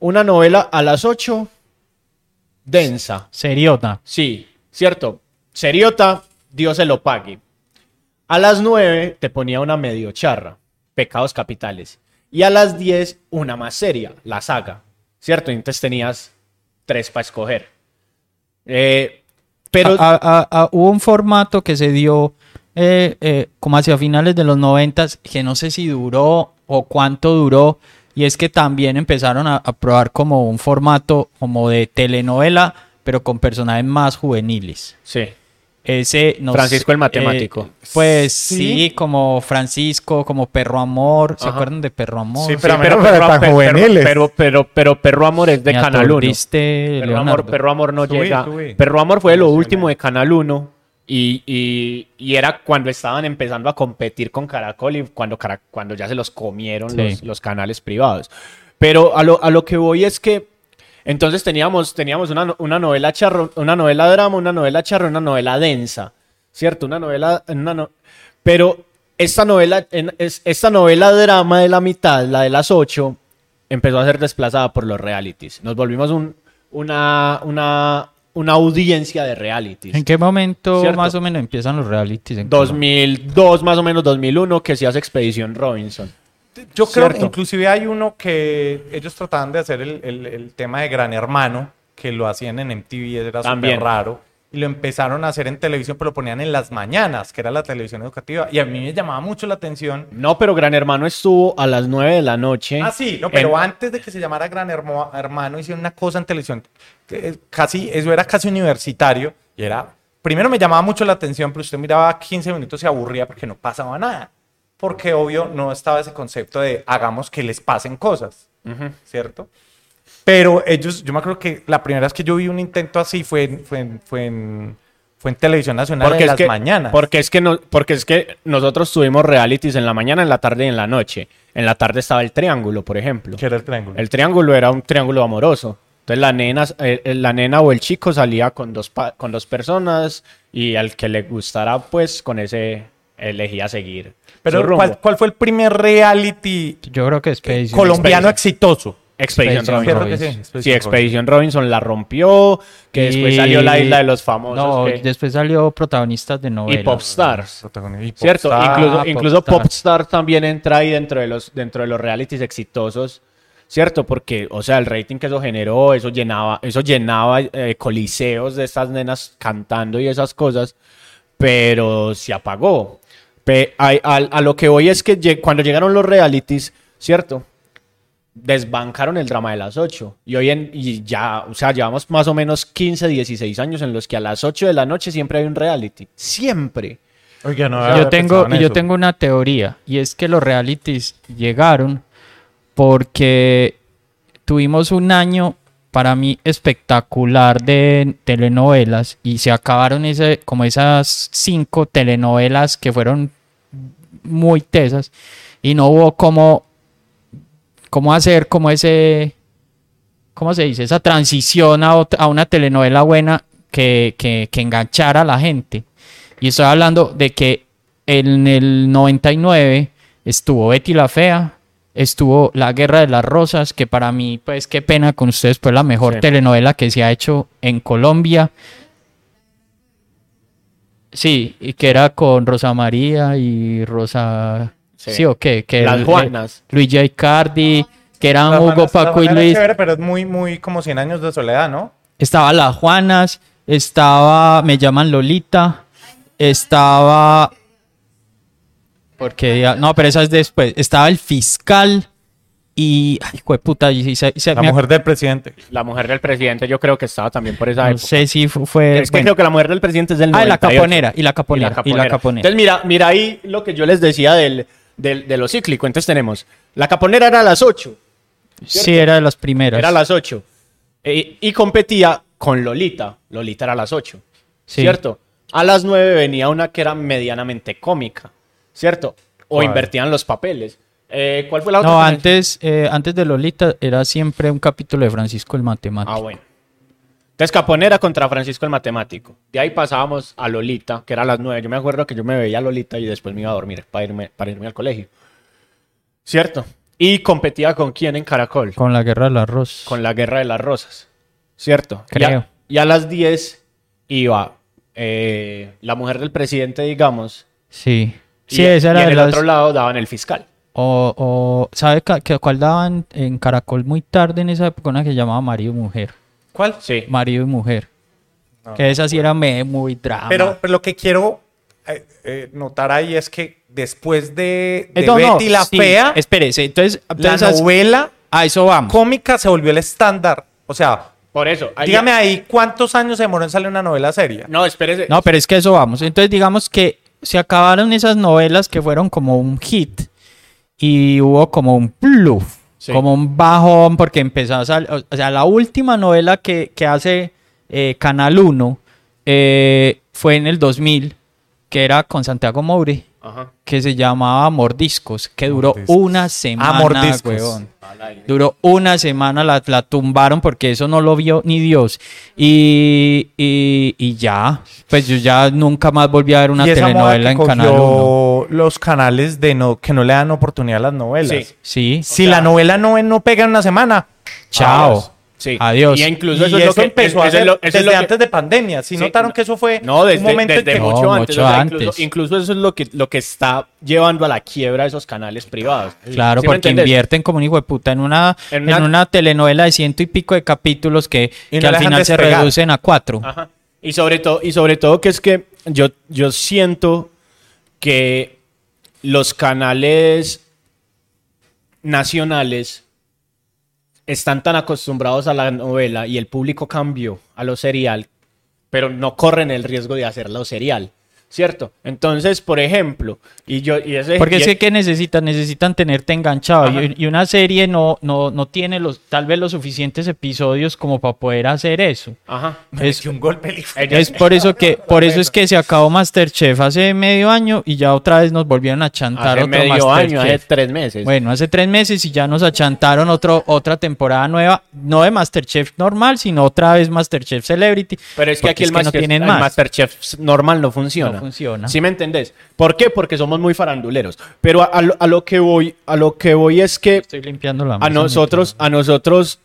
C: una novela a las 8 densa,
D: Seriota.
C: Sí, cierto. Seriota, Dios se lo pague. A las 9 te ponía una medio charra, pecados capitales. Y a las 10 una más seria, la saga. ¿Cierto? Y Entonces tenías tres para escoger. Eh, pero
D: A-
B: Ah,
D: a- a- a- ah, hubo un formato que se dio eh, eh, como hacia finales de los noventas, que no sé si duró o cuánto duró, y es que también empezaron a, a probar como un formato como de telenovela, pero con personajes más juveniles.
C: sí,
D: Ese, no
C: Francisco
D: sé, eh,
C: el matemático.
D: pues
B: Sí.
D: sí, como Francisco, como Perro Amor. ¿Se
C: Ajá.
D: acuerdan de Perro Amor?
B: Sí, pero- pero tan
C: pe-
B: juveniles.
C: Pero, pero, pero Perro Amor es de
D: Me
C: Canal 1.
D: aturdiste,
C: Perro Amor,
D: Leonardo.
C: Perro Amor no
B: Subí,
C: llega.
B: subí.
C: Perro Amor fue lo
B: Sí,
C: último
B: me-
C: de Canal 1 y, y- y era cuando estaban empezando a competir con Caracol y cuando, Cara- cuando ya se los comieron
D: Sí.
C: los, los canales privados. Pero a lo, a lo que voy es que entonces teníamos, teníamos una, no- una novela charro, una novela drama, una novela charro, una novela densa, ¿cierto? Una novela... una no- Pero esta novela, en- es- esta novela drama de la mitad, la de las ocho, empezó a ser desplazada por los realities. Nos volvimos un, una, una, una audiencia de realities.
D: ¿En qué momento
C: Cierto.
D: más o menos empiezan los realities? en
C: 2002, más o menos 2001, que se hace Expedición Robinson.
B: Yo creo que
C: Cierto.
B: inclusive hay uno que ellos trataban de hacer el, el- el tema de Gran Hermano, que lo hacían en MTV, era súper
C: También.
B: raro. Y lo empezaron a hacer en televisión, pero lo ponían en las mañanas, que era la televisión educativa. Y a mí me llamaba mucho la atención.
C: No, pero Gran Hermano estuvo a las 9 de la noche.
B: Ah, sí, no, pero
C: en-
B: antes de que se llamara Gran Hermo- Hermano, hicieron una cosa en televisión. que, eh, casi, eso era casi universitario. Y era. Primero me llamaba mucho la atención, pero usted miraba 15 minutos y se aburría porque no pasaba nada. Porque, obvio, no estaba ese concepto de hagamos que les pasen cosas. ¿cierto? Pero ellos, yo me acuerdo que la primera vez que yo vi un intento así fue en, fue en, fue en, fue en Televisión Nacional en
C: Porque es,
B: las
C: que,
B: mañanas.
C: porque, es que no- porque es que nosotros tuvimos realities en la mañana, en la tarde y en la noche. En la tarde estaba el triángulo, por ejemplo.
B: Que era el triángulo.
C: El triángulo era un triángulo amoroso. Entonces la nena, eh, eh, la nena o el chico salía con dos, pa- con dos personas y al que le gustara, pues con ese elegía seguir. su
B: Pero
C: rumbo.
B: ¿cuál, cuál fue el primer reality
D: Yo creo que Expedición.
B: colombiano
C: Expedición.
B: exitoso?
C: Expedición,
D: Expedición
C: Robinson.
B: Creo que sí.
D: Robinson.
C: Sí, Expedición Robinson la rompió, que después
D: Y-
C: salió la isla de los famosos.
D: No,
C: que-
D: después salió protagonistas de novelas.
C: y Popstars.
B: Protagonista- y
C: Cierto,
B: Popstar.
C: incluso, incluso
D: Popstar.
C: Popstar también entra ahí dentro de los dentro de los realities exitosos, cierto, porque o sea, el rating que eso generó, eso llenaba, eso llenaba eh, coliseos de estas nenas cantando y esas cosas, pero se apagó. Pe- a, a- a lo que hoy es que lle- cuando llegaron los realities, cierto, desbancaron el drama de las 8. Y hoy en, y ya, o sea, llevamos más o menos 15, 16 años en los que a las 8 de la noche siempre hay un reality. Siempre.
B: Oiga, no había
D: Yo tengo,
B: pensado en
D: yo
B: Ah, eso.
D: tengo una teoría, y es que los realities llegaron porque tuvimos un año para mí espectacular de telenovelas y se acabaron ese, como esas cinco telenovelas que fueron muy tesas y no hubo como, como hacer como ese, ¿cómo se dice? Esa transición a, ot- a una telenovela buena que, que, que enganchara a la gente. Y estoy hablando de que en el 99 estuvo Betty la Fea, estuvo La Guerra de las Rosas, que para mí, pues qué pena con ustedes, pues la mejor
C: Sí.
D: telenovela que se ha hecho en Colombia. Sí, y que era con Rosa María y Rosa... Sí,
C: Sí.
D: o qué, que
C: Las
D: el- eh,
C: Juanas.
D: Luigi Icardi, que eran
B: La
D: Hugo
B: Juana- la
D: Paco y
B: Juana era
D: Luis.
B: chévere, pero es muy, muy como 100 años de soledad, ¿no?
D: Estaba Las Juanas, estaba Me llaman Lolita, estaba... Porque no, pero esa es después. Estaba el fiscal, Y, ay, puta, y se- se-
B: La
D: me ac-
B: mujer del presidente.
C: La mujer del presidente, yo creo que estaba también por esa
D: no
C: época.
D: sé si fu- fue.
C: Es que
D: bueno.
C: creo que la mujer del presidente es del
D: ah, y la
C: 98.
D: caponera, y la
C: Y
D: caponera,
C: la
D: y la caponera.
C: Entonces, mira, mira ahí lo que yo les decía del, del- de lo cíclico. Entonces, tenemos. La caponera era a las 8.
D: sí, era de las primeras.
C: Era a las 8. eh, y competía con Lolita. Lolita era a las 8.
D: Sí.
C: ¿Cierto? A las 9 venía una que era medianamente cómica. ¿Cierto? O
B: ¿Cuál?
C: invertían los papeles. Eh, ¿Cuál fue la otra?
D: No,
C: que me-
D: antes, eh, antes de Lolita era siempre un capítulo de Francisco el Matemático.
C: Ah, bueno. Entonces Caponera contra Francisco el Matemático. De ahí pasábamos a Lolita, que era a las 9. Yo me acuerdo que yo me veía a Lolita y después me iba a dormir para irme, para irme al colegio. ¿Cierto? Y competía con quién en Caracol? Con,
D: Con la guerra del arroz.
C: la Guerra de las Rosas. ¿Cierto? Y a-
D: Creo.
C: Y a, las 10 iba eh, la mujer del presidente, digamos.
D: Sí.
C: y-
D: Sí, esa era
C: y en
D: de
C: el
D: las-
C: otro lado daban el fiscal.
D: O, o ¿sabe ca- que- cuál daban en Caracol muy tarde en esa época? Una que llamaba Marido y Mujer.
B: ¿Cuál?
C: Sí.
D: Marido y Mujer. que esa sí era me- muy drama.
B: Ah, Pero, pero lo que quiero eh, eh, notar ahí es que después de, de
D: Entonces, Eh, no,
B: Betty la
D: sí,
B: Fea,
D: Espérese, entonces,
B: la
D: entonces, a-
B: novela
D: a eso vamos.
B: cómica se volvió el estándar. O sea,
C: Por eso. ahí-
B: dígame ahí cuántos años se demoró en salir una novela seria.
C: No, espérese.
D: No, pero es que eso vamos. Entonces, digamos que se acabaron esas novelas que fueron como un hit y hubo como un bluff,
C: Sí.
D: como un bajón, porque empezó a salir. O sea, la última novela que, que hace eh, Canal 1 eh, fue en el 2000, que era con Santiago Moure,
C: Ajá.
D: que se llamaba Mordiscos, que duró
B: Mordiscos.
D: una semana.
B: Ah, Mordiscos.
D: huevón.
C: Al aire.
D: Duró una semana, la, la tumbaron porque eso no lo vio ni Dios. Y, y, y ya, pues yo ya nunca más volví a ver una
B: y esa moda
D: telenovela
B: que
D: en Canal
B: cogió
D: 1.
B: los canales de no, que no le dan oportunidad a las novelas.
C: Sí.
D: Sí,
B: Si
C: O sea-
B: la novela no, no pega en una semana,
D: chao.
C: Sí.
D: Adiós.
C: Y incluso
B: y
C: Pues
B: eso,
C: eso, es lo que
B: empezó a
C: eso es
B: hacer
C: lo- eso es
B: desde
C: lo que-
B: antes de pandemia. Si
C: Sí,
B: notaron
C: no-
B: que eso fue
C: No, desde,
B: un momento en
C: desde
B: que-
C: mucho
D: No,
C: antes.
D: mucho
C: o sea, incluso,
D: antes.
C: incluso eso es lo que, lo que está llevando a la quiebra esos canales privados.
D: Claro,
C: ¿Sí me
D: porque
C: entendés?
D: invierten como un hijo de puta en una,
C: En
D: en
C: una-
D: una, telenovela de ciento y pico de capítulos que,
B: Y
D: que
B: no la
D: al
B: dejan
D: final se
B: despegar. Ah,
D: reducen a cuatro.
C: Ajá. Y sobre todo, y sobre todo que es que yo, yo siento que los canales nacionales están tan acostumbrados a la novela y el público cambió a lo serial, pero no corren el riesgo de hacerlo serial. ¿Cierto? Entonces, por ejemplo, y yo, y ese,
D: Porque
C: Eh, y-
D: sé que necesitan, necesitan tenerte enganchado.
C: Ajá.
D: Y, y una serie no, no, no tiene los, tal vez los suficientes episodios como para poder hacer eso.
C: Ajá.
D: Es-
B: que un golpe
C: Eh,
B: le-
D: Es por eso que, por eso es que se acabó Masterchef hace medio año y ya otra vez nos volvieron a chantar
C: hace
D: otro
C: medio año, hace
D: Masterchef.
C: tres meses.
D: bueno, hace tres meses y ya nos achantaron otro, otra temporada nueva, no de Masterchef normal, sino otra vez Masterchef Celebrity.
C: Pero es que
D: porque
C: aquí el,
D: no
C: Master-
D: tienen
C: el
D: más.
C: Masterchef normal no funciona.
D: No funciona.
C: ¿Sí me entendés? ¿Por qué? Porque somos muy faranduleros. Pero a, a lo, a lo que voy, a lo que voy es que
D: Estoy limpiando la
C: a
D: mesa,
C: Ah, nosotros, a nosotros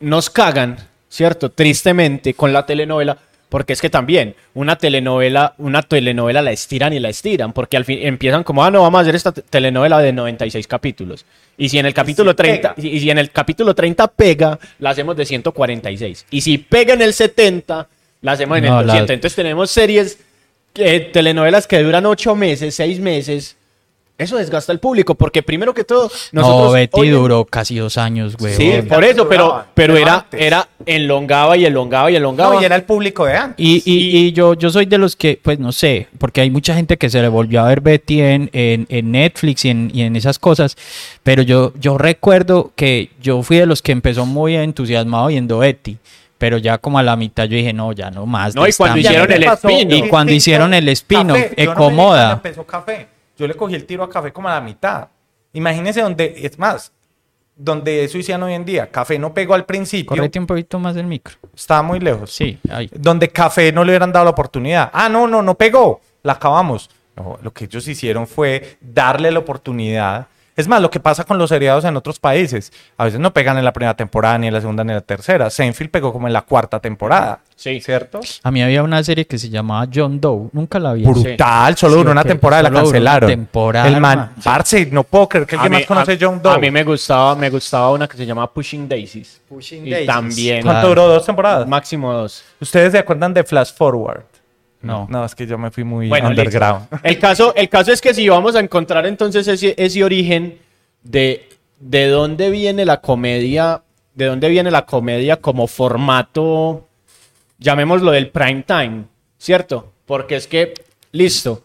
C: nos cagan, ¿cierto? Tristemente con la telenovela, porque es que también una telenovela, una telenovela la estiran y la estiran, porque al fin empiezan como, ah, no, vamos a hacer esta te- telenovela de 96 capítulos. Y si en el capítulo 30, y y si en el capítulo 30 pega, la hacemos de 146. Y si pega en el 70, la hacemos en
D: No,
C: el
D: la-
C: 200. Entonces tenemos series que- telenovelas que duran 8 meses, 6 meses. Eso desgasta al público, porque primero que todo, nosotros
D: no, Betty
C: hoy en-
D: duró casi dos años, güey.
C: Sí,
B: Huevón.
C: por eso, pero,
B: Duraba,
C: pero
B: pero
C: era,
B: antes.
C: era elongaba y elongaba y elongaba.
B: No, y era el público de antes.
D: Y, y, y yo, yo soy de los que, pues no sé, porque hay mucha gente que se le volvió a ver Betty en, en, en Netflix y en, y en esas cosas, pero yo, yo recuerdo que yo fui de los que empezó muy entusiasmado viendo Betty, pero ya como a la mitad yo dije, no, ya no más.
C: No,
D: de
C: y
D: esta
C: cuando
D: mierda".
C: hicieron el spin-off.
B: distinto
D: Y cuando hicieron el spin-off, eh,
B: Café. Yo no me
C: eh,
B: di
D: Ecomoda.
B: cuando empezó café. Yo le cogí el tiro a café como a la mitad. Imagínense donde, es más, donde eso hicieron hoy en día. Café no pegó al principio.
D: Correte un poquito más del micro.
B: Estaba muy lejos.
D: Sí, ahí.
B: Donde café no le hubieran dado la oportunidad. Ah, no, no, no pegó. La acabamos. No, lo que ellos hicieron fue darle la oportunidad. Es más, lo que pasa con los seriados en otros países. A veces no pegan en la primera temporada, ni en la segunda, ni en la tercera. Seinfeld pegó como en la cuarta temporada.
C: Sí.
B: ¿Cierto?
D: A mí había una serie que se llamaba John Doe, nunca la vi.
B: brutal, solo
D: Sí,
B: duró una
D: ok,
B: temporada, la
D: solo duró una
B: cancelaron.
D: temporada,
B: el man,
D: hermano.
B: parce, no puedo creer que el
C: A
B: que
C: mí-
B: más conoce
C: a-
B: es John Doe.
C: A mí me gustaba, me gustaba una que se llamaba Pushing Daisies. y también
B: ¿Cuánto
D: Claro.
B: duró? ¿Dos temporadas?
C: máximo dos.
B: ¿Ustedes se acuerdan de Flash Forward?
D: No.
B: No, es que yo me fui muy
C: Bueno, listo.
B: underground.
C: El caso, el caso es que si vamos a encontrar entonces ese, ese origen de ¿de dónde viene la comedia? ¿De dónde viene la comedia como formato, llamémoslo del prime time, ¿cierto? Porque es que, listo,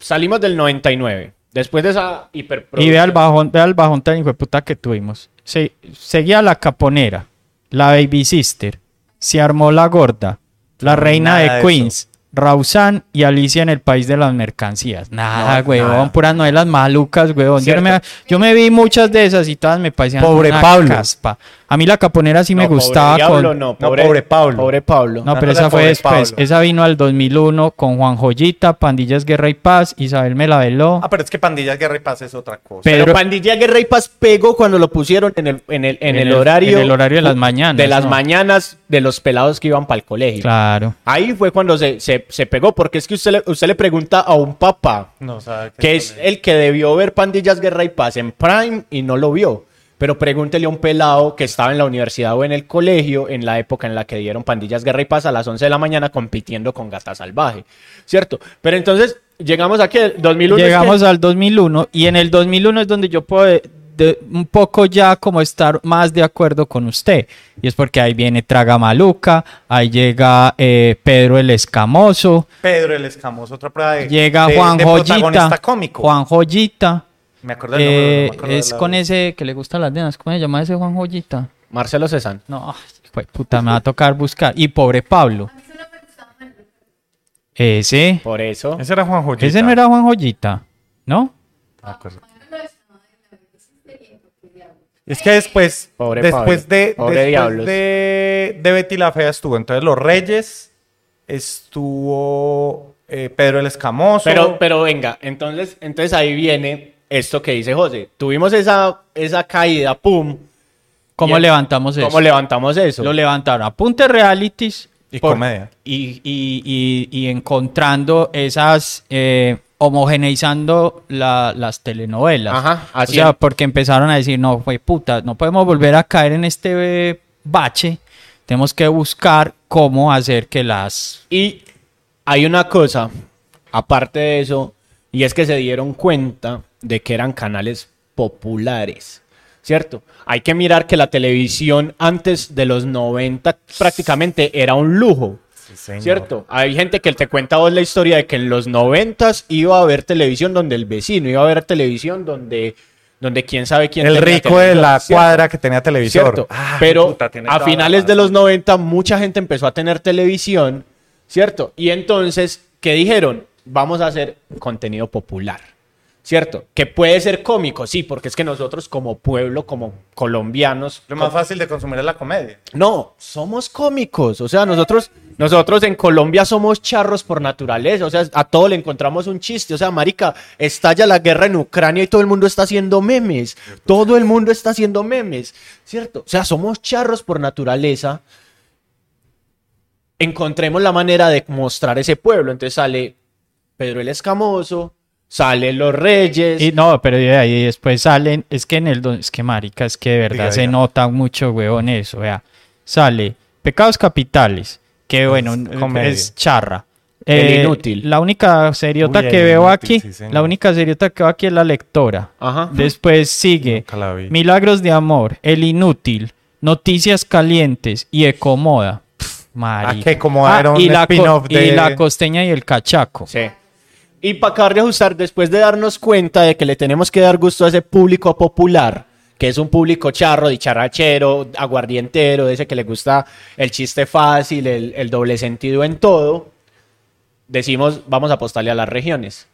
C: salimos del 99, después de esa hiperproducción.
D: Y ve al bajón, ve al bajón tan hijo de puta que tuvimos. Se, seguía la caponera, la baby sister, se armó la gorda, la reina
B: nada
D: de
B: de
D: Queens, Rausan y Alicia en el país de las mercancías. Nada,
B: No,
D: huevón,
B: nada.
D: puras novelas malucas, huevón. Yo no me,
C: Cierto.
D: yo me vi muchas de esas y todas me parecían
B: Pobre
D: una
B: Pablo.
D: caspa. A mí la caponera sí me
C: No, pobre
D: gustaba
C: Diablo,
D: con
C: no,
B: No,
C: pobre,
B: pobre Pablo.
C: Pobre Pablo.
D: no,
B: La
D: pero
B: nota
D: esa fue
B: pobre
D: después.
B: Pablo.
D: Esa vino al 2001 con Juan Joyita, Pandillas Guerra y Paz, Isabel me la veló.
B: Ah, pero es que Pandillas Guerra y Paz es otra cosa.
D: Pero-
C: Pero, Pandilla Guerra y Paz pegó cuando lo pusieron en el, en el,
D: En
C: en el
D: el-
C: horario.
D: en el horario de las mañanas,
C: De las
D: ¿no?
C: mañanas de los pelados que iban para el colegio.
D: Claro.
C: Ahí fue cuando se, se- se pegó, porque es que usted le, usted le pregunta a un papá,
B: no sabe
C: que es el que debió ver Pandillas Guerra y Paz en Prime y no lo vio. Pero pregúntele a un pelado que estaba en la universidad o en el colegio en la época en la que dieron Pandillas Guerra y Paz a las 11 de la mañana compitiendo con Gata Salvaje, ¿cierto? Pero entonces llegamos aquí, el 2001. es que-
D: Llegamos al 2001 y en el 2001 es donde yo puedo de- de- un poco ya como estar más de acuerdo con usted. Y es porque ahí viene Traga Maluca, ahí llega eh, Pedro el Escamoso,
B: Pedro el Escamoso, otra prueba de.
D: llega
B: de-
D: Juan
B: de
D: Joyita.
B: protagonista cómico.
D: Juan Joyita.
B: Me acuerdo del nombre,
D: eh,
B: no me acuerdo de
D: es
B: la-
D: con ese que le gusta las nenas. ¿Cómo se llama ese Juan Joyita?
C: Marcelo Cezanne.
D: No, ay, hijo de puta, me va a tocar buscar. Y pobre Pablo. Ese.
C: Por eso.
B: Ese era Juan Joyita.
D: Ese no era Juan Joyita, ¿no?
B: Me acuerdo. Es que después,
C: Pobre
B: después,
C: Pablo.
B: de,
C: Pobre
B: después
C: diablos.
B: de, de Betty la Fea estuvo. Entonces, Los Reyes estuvo eh, Pedro el Escamoso.
C: Pero, pero venga, entonces, entonces ahí viene esto que dice José. Tuvimos esa, esa caída, pum.
D: ¿Cómo
C: Bien.
D: levantamos eso?
C: ¿Cómo levantamos eso?
D: Lo levantaron. Apunte realities.
B: Y comedia.
D: Y, y- y- y encontrando esas. eh, homogeneizando la- las telenovelas.
C: Ajá,
D: o
C: así
D: sea,
C: es.
D: porque empezaron a decir, no, fue puta, no podemos volver a caer en este eh, bache. Tenemos que buscar cómo hacer que las.
C: Y hay una cosa, aparte de eso, y es que se dieron cuenta de que eran canales populares, ¿cierto? Hay que mirar que la televisión antes de los 90 prácticamente era un lujo.
B: Sí, señor.
C: ¿Cierto? Hay gente que te cuenta a vos la historia de que en los noventas iba a haber televisión donde el vecino, iba a haber televisión donde, donde quién sabe quién
B: El
C: tenía
B: rico de la
C: televisor, ¿cierto?
B: cuadra que tenía televisor.
C: ¿Cierto?
B: Ah,
C: Pero
B: puta, tiene
C: a
B: toda la
C: finales de
B: razón.
C: los 90 mucha gente empezó a tener televisión, ¿cierto? Y entonces, ¿qué dijeron? Vamos a hacer contenido popular, ¿cierto? Que puede ser cómico, sí, porque es que nosotros como pueblo, como colombianos,
B: Lo más fácil de consumir es la comedia.
C: no, somos cómicos. O sea, nosotros, nosotros en Colombia somos charros por naturaleza. O sea, a todo le encontramos un chiste. O sea, marica, estalla la guerra en Ucrania y todo el mundo está haciendo memes. Todo el mundo está haciendo memes. ¿Cierto? O sea, somos charros por naturaleza. Encontremos la manera de mostrar ese pueblo. Entonces sale Pedro el Escamoso, salen los Reyes.
D: Y no, pero de ahí después salen. Es que en el. do- Es que marica, es que de verdad
B: Diga,
D: se
B: diga.
D: nota mucho, weón, eso. Vea. Sale Pecados Capitales, que bueno,
B: comedia.
D: es charra. Eh,
C: El Inútil.
D: La única seriota
B: Uy, el
D: que veo
B: Inútil,
D: aquí,
B: sí, señor.
D: la única seriota que veo aquí es la lectora.
C: Ajá.
D: Después sigue
B: Nunca la vi.
D: Milagros de Amor, El Inútil, Noticias Calientes y Ecomoda. Pff, marica.
B: Ah,
D: Ah,
B: que Ecomoda era un
D: y la, co-
B: spin-off
D: y
B: de-
D: la costeña y el cachaco.
C: Sí. Y para acabar de ajustar, después de darnos cuenta de que le tenemos que dar gusto a ese público popular, que es un público charro, dicharachero, aguardientero, ese que le gusta el chiste fácil, el, el doble sentido en todo, decimos, vamos a apostarle a las regiones.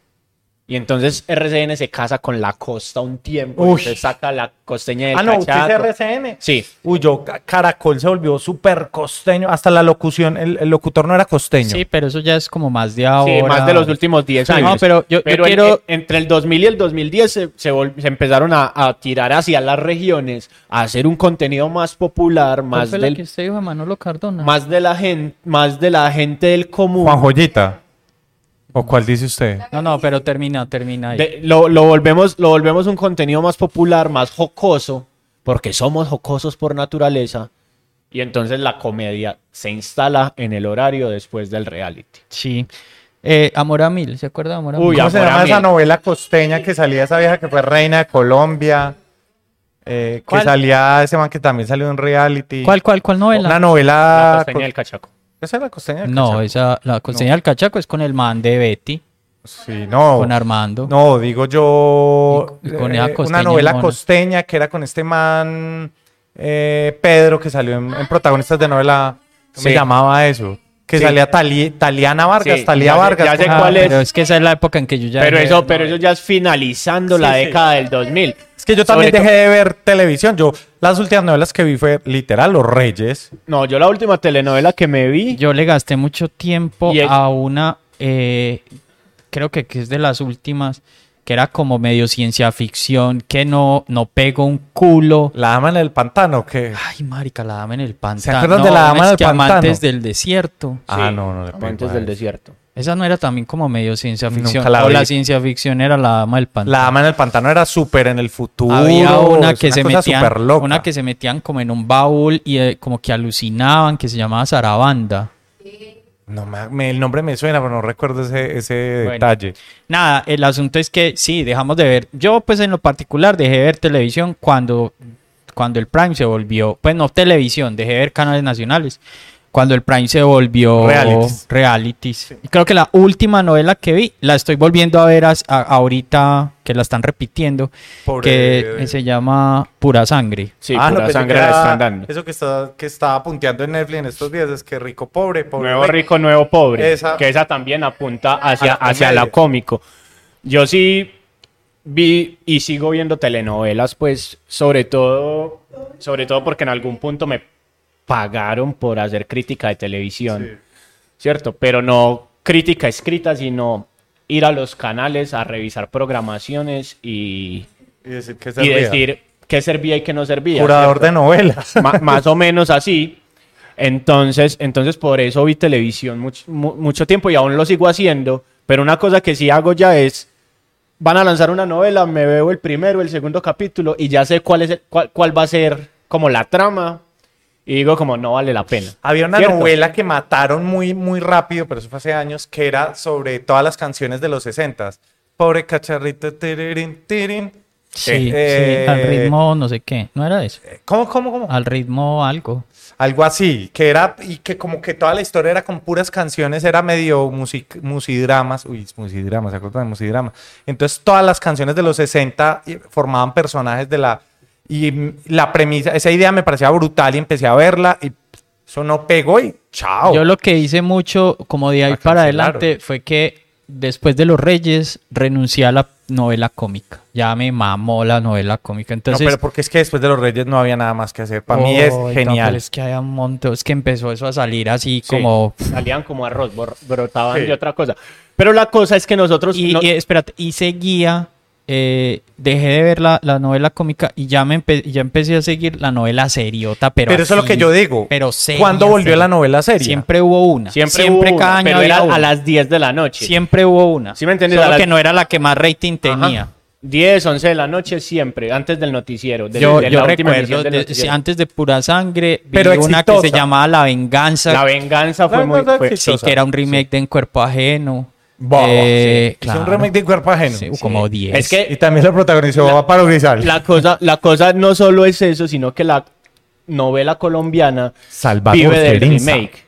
C: Y entonces RCN se casa con la costa un tiempo,
B: Uy.
C: y entonces saca la costeña del
B: ah, no, usted
C: cachaco.
B: es RCN.
C: Sí,
B: Uy, yo, ca- Caracol se volvió súper costeño. Hasta la locución, el, el locutor no era costeño.
D: Sí, pero eso ya es como más de
C: Sí,
D: ahora.
C: más de los últimos 10
D: Sí,
C: años.
D: no, pero yo- yo
C: en-
D: quiero-
C: en- entre el 2000 y el 2010 se, se vol- se empezaron a, a tirar hacia las regiones, a hacer un contenido más popular,
D: ¿Cuál
C: más,
D: fue la
C: del,
D: que usted dijo, Manolo Cardona?
C: más, de la gente, más de la gente del común.
B: Juan Joyita. ¿O cuál dice usted?
D: No, no, pero termina, termina ahí.
C: De- lo, lo volvemos, lo volvemos un contenido más popular, más jocoso, porque somos jocosos por naturaleza. Y entonces la comedia se instala en el horario después del reality.
D: Sí. Eh, Amor a Mil, ¿se acuerda de Amor a
C: Uy,
D: Mil?
B: ¿Cómo se
C: Amor a
B: llama esa
C: Mil.
B: novela costeña que salía esa vieja que fue reina de Colombia? Eh, que
D: ¿Cuál?
B: salía ese man que también salió en reality.
D: ¿Cuál, cuál, cuál novela?
B: Una
D: Ah,
B: novela.
C: La costeña del cachaco.
B: ¿Esa era la costeña? del
D: No,
B: cachaco?
D: esa, la costeña del cachaco es con el man de Betty,
B: Sí, no.
D: con Armando.
B: No, digo yo.
D: Y con esa
B: eh, una
D: costeña
B: novela
D: mona.
B: costeña que era con este man eh, Pedro que salió en, en protagonistas de novela. ¿Cómo se
C: Sí.
B: llamaba eso? Que
C: Sí.
B: salía Tali- Taliana Vargas,
C: Sí,
B: Talía
C: ya sé-
B: Vargas. Ah,
C: ya sé
B: ¿cómo se
C: cuál
B: llama?
C: es.
D: Pero es que esa es la época en que yo ya...
C: Pero
D: dejé
C: eso,
D: de-
C: pero eso ya es finalizando
B: Sí,
C: la
B: sí.
C: década del 2000.
B: Es que yo también
C: Sobre
B: dejé de ver televisión. Yo, las últimas novelas que vi fue literal Los Reyes.
C: No, yo la última telenovela que me vi,
D: Yo le gasté mucho tiempo
C: Y es-
D: a una, eh, creo que, que es de las últimas, que era como medio ciencia ficción, que no, no pegó un culo.
B: La dama en el pantano, que.
D: Ay, marica, la dama en el pantano.
B: acuerdan de la dama
D: es
B: del
D: que
B: pantano?
D: Amantes del desierto.
B: Ah, no, no le pego
C: Amantes
B: a
C: del
B: eso.
C: desierto.
D: Esa no era también como medio ciencia
B: Nunca
D: ficción.
B: la
D: o
B: vi.
D: la ciencia ficción era la dama del pantano.
B: La dama en el pantano era súper en el futuro.
D: Había una
B: es
D: que se
B: cosa
D: metían,
B: súper loca.
D: una que se metían como en un baúl y eh, como que alucinaban, que se llamaba Zarabanda.
B: No, me- me- el nombre me suena, pero no recuerdo ese, ese
D: Bueno.
B: detalle.
D: Nada, el asunto es que sí, dejamos de ver. Yo, pues en lo particular, dejé de ver televisión cuando, cuando el Prime se volvió, pues no televisión, dejé de ver canales nacionales. Cuando el Prime se volvió
B: Realities.
D: realities. Y Creo que la última novela que vi, la estoy volviendo a ver as- a- ahorita que la están repitiendo, que
B: Pobre-
D: se llama Pura Sangre.
C: Sí,
B: Ah, no,
C: pura
B: pensé
C: sangre
B: que
C: la
B: era-
C: están dando.
B: Eso que está que estaba punteando en Netflix en estos días es que rico pobre, pobre
C: Nuevo rico, nuevo pobre.
B: Esa-
C: Que esa también apunta hacia,
B: A la
C: hacia la
B: comedia.
C: cómico. Yo sí vi y sigo viendo telenovelas, pues, sobre todo, sobre todo porque en algún punto me pagaron por hacer crítica de televisión. ¿Cierto? Pero no crítica escrita, sino ir a los canales a revisar programaciones y,
B: Y decir que se
C: y
B: ría.
C: decir qué servía y qué no servía.
B: curador
C: ¿cierto?
B: de novelas.
C: Ma- más o menos así. Entonces, entonces por eso vi televisión much- mu- mucho tiempo y aún lo sigo haciendo. Pero una cosa que sí hago ya es, van a lanzar una novela, me veo el primero, el segundo capítulo y ya sé cuál, es el- cuál, cuál va a ser como la trama. Y digo como no vale la pena.
B: Había una
C: ¿Cierto?
B: novela que mataron muy, muy rápido, pero eso fue hace años, que era sobre todas las canciones de los 60 Pobre cacharrito, tirirín, tirín.
D: Sí,
B: Eh,
D: sí,
B: eh,
D: al ritmo no sé qué. ¿No era eso?
B: ¿Cómo, cómo, cómo?
D: Al ritmo algo.
B: Algo así, que era, y que como que toda la historia era con puras canciones, era medio music, musidramas, uy, musidramas, ¿se acuerdan de musidramas? Entonces todas las canciones de los 60 y- formaban personajes de la, y mm, la premisa, esa idea me parecía brutal y empecé a verla y eso no pegó y chao.
D: Yo lo que hice mucho, como de ahí
B: La
D: para
B: Ah, cancelaron.
D: adelante, fue que después de Los Reyes renuncié a la novela cómica. Ya me mamó la novela cómica. Entonces,
B: no, pero porque es que después de los Reyes no había nada más que hacer. Para mí
D: Oy,
B: es
D: no,
B: genial.
D: pero es que había un montón, es que empezó eso a salir así
C: Sí,
D: como.
C: salían como arroz, bor- brotaban
B: Sí.
C: de otra cosa. Pero la cosa es que nosotros
D: Y,
C: no-
D: y espérate, y seguía. eh, dejé de ver la, la novela cómica y ya me empe- ya empecé a seguir la novela seriota, pero.
B: Pero, eso es lo
D: así,
B: que yo digo.
D: Pero seria,
B: ¿Cuándo volvió
D: seria.
B: la novela seria?
D: Siempre hubo una.
C: siempre,
D: Siempre,
C: hubo
D: cada
C: una,
D: año
C: pero
D: había
C: era
D: una.
C: a las 10 de la noche.
D: Siempre hubo una.
C: ¿Sí me entiendes?
D: Solo
C: A las-
D: que no era la que más rating tenía.
C: Ajá. 10, 11 de la noche siempre, antes del noticiero. de-
D: yo
C: de
D: yo
C: la última
D: recuerdo,
C: edición del
D: de-
C: noticiero.
D: sí, antes de Pura Sangre, vi
B: Pero
D: una que se
B: exitosa.
D: llamaba La Venganza,
C: La venganza
B: La
C: fue muy...
B: verdad
C: fue-
B: que
D: sí,
B: exitosa.
D: que era un remake de En Cuerpo Ajeno.
B: Bah,
D: Eh,
B: sí. Es un
D: claro.
B: remake de cuerpo ajeno.
D: Sí, como 10.
C: Es que
B: Y también lo protagonizó
C: La-
B: Paro Grisal.
C: la cosa, la cosa no solo es eso, sino que la novela colombiana
B: Salvador
C: vive del
B: Ferinza.
C: remake.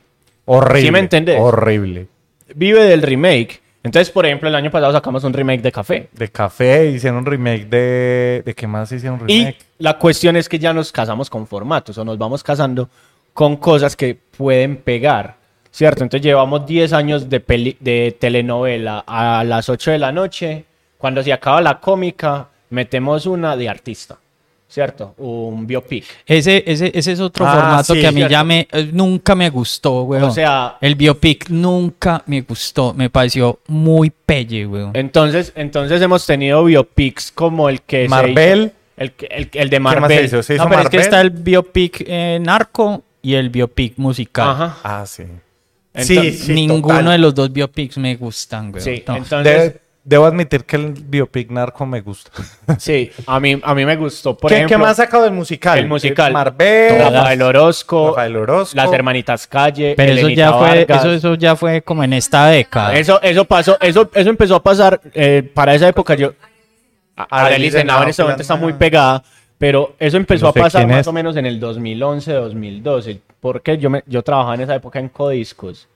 B: Horrible.
C: ¿Sí me entendés?
B: Horrible.
C: Vive del remake. Entonces, por ejemplo, el año pasado sacamos un remake de Café.
B: De café hicieron un remake de. ¿De qué más hicieron un
C: Y
B: remake?
C: la cuestión es que ya nos casamos con formatos o nos vamos casando con cosas que pueden pegar, ¿cierto? Entonces llevamos 10 años de, peli- de telenovela a las 8 de la noche. Cuando se acaba la cómica, metemos una de artista, ¿cierto? Un biopic.
D: Ese, ese, ese es otro
B: Ah,
D: formato
B: sí,
D: que a mí
C: cierto.
D: ya me, eh, nunca me gustó, weón.
C: O sea,
D: el biopic nunca me gustó. Me pareció muy pelle, weón.
C: entonces, entonces hemos tenido biopics como el que... se
B: Marvel.
C: hizo- el, que- el, el de
B: más se
C: Marvel.
B: hizo? Se
D: No,
B: hizo
D: pero es que
B: Marvel.
D: está el biopic eh, narco y el biopic musical.
C: Ajá.
B: Ah, sí.
C: Entonces,
B: sí, sí,
D: Ninguno
B: total.
D: de los dos biopics me gustan, weón.
C: Sí,
D: No.
C: entonces...
B: De- Debo admitir que el biopic narco me gusta.
C: Sí, a mí, a mí me gustó. Por
B: ¿Qué, qué
C: ejemplo,
B: más ha sacado del musical?
C: El musical.
B: Marvel,
C: Rafael Orozco,
B: Rafael Orozco.
C: Las Hermanitas Calle,
D: Pero eso
C: Elenita
D: ya, fue,
C: Vargas.
D: eso, eso ya fue como en esta década.
C: Eso, eso pasó, eso, eso empezó a pasar eh, para esa época. Yo, a-
B: Arely
C: Arely Senado en este
B: Senado,
C: momento está muy
B: Fernanda.
C: pegada, pero eso empezó
B: No
C: a
B: sé
C: pasar
B: quién
C: más
B: es.
C: o menos en el 2011, 2012, porque yo, me, yo trabajaba en esa época en Codiscos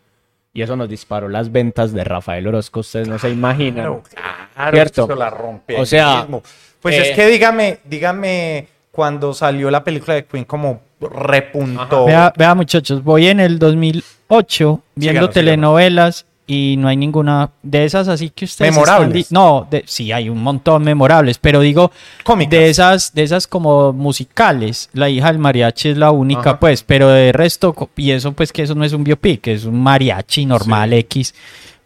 C: y eso nos disparó las ventas de Rafael Orozco, ustedes no se imaginan.
B: Claro, claro,
C: Cierto.
B: eso la rompe.
C: O
B: ahí
C: sea,
B: mismo. pues
C: eh,
B: es que dígame, dígame cuando salió la película de Queen como repuntó.
D: Vea, vea, muchachos, voy en el 2008 viendo
B: Síganos,
D: telenovelas y no hay ninguna de esas así que ustedes están
B: Memorables.
D: di- no, de- sí hay un montón memorables, pero digo
B: Cómicas.
D: de esas de esas como musicales. La hija del mariachi es la única,
B: Ajá.
D: pues, pero de resto co- y eso pues que eso no es un biopic, es un mariachi normal X,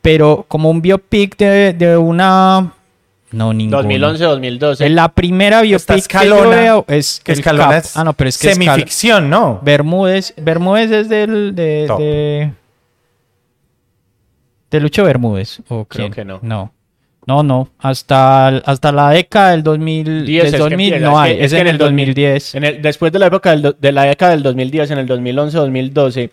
D: pero como un biopic de, de una no ninguna.
C: 2011, 2012.
D: En la primera
B: Está
D: biopic que yo
B: Escalona,
D: veo es
B: que
D: el
B: Escalona
D: Cap.
B: es
D: Ah, no, pero es que Escal-
B: semificción, ¿no?
D: Bermúdez, Bermúdez es del de,
B: Top.
D: de, de Lucho Bermúdez. ¿o
C: Creo
D: quién?
C: que no.
D: No. No, no, hasta, hasta la década del 2000,
C: 10
D: del
C: es que
D: 2000
C: empieza,
D: no
C: es
D: hay,
C: que-
D: es,
C: es que
D: en el 2010.
C: En el, después de la época del do- de la década del 2010, en el 2011, 2012,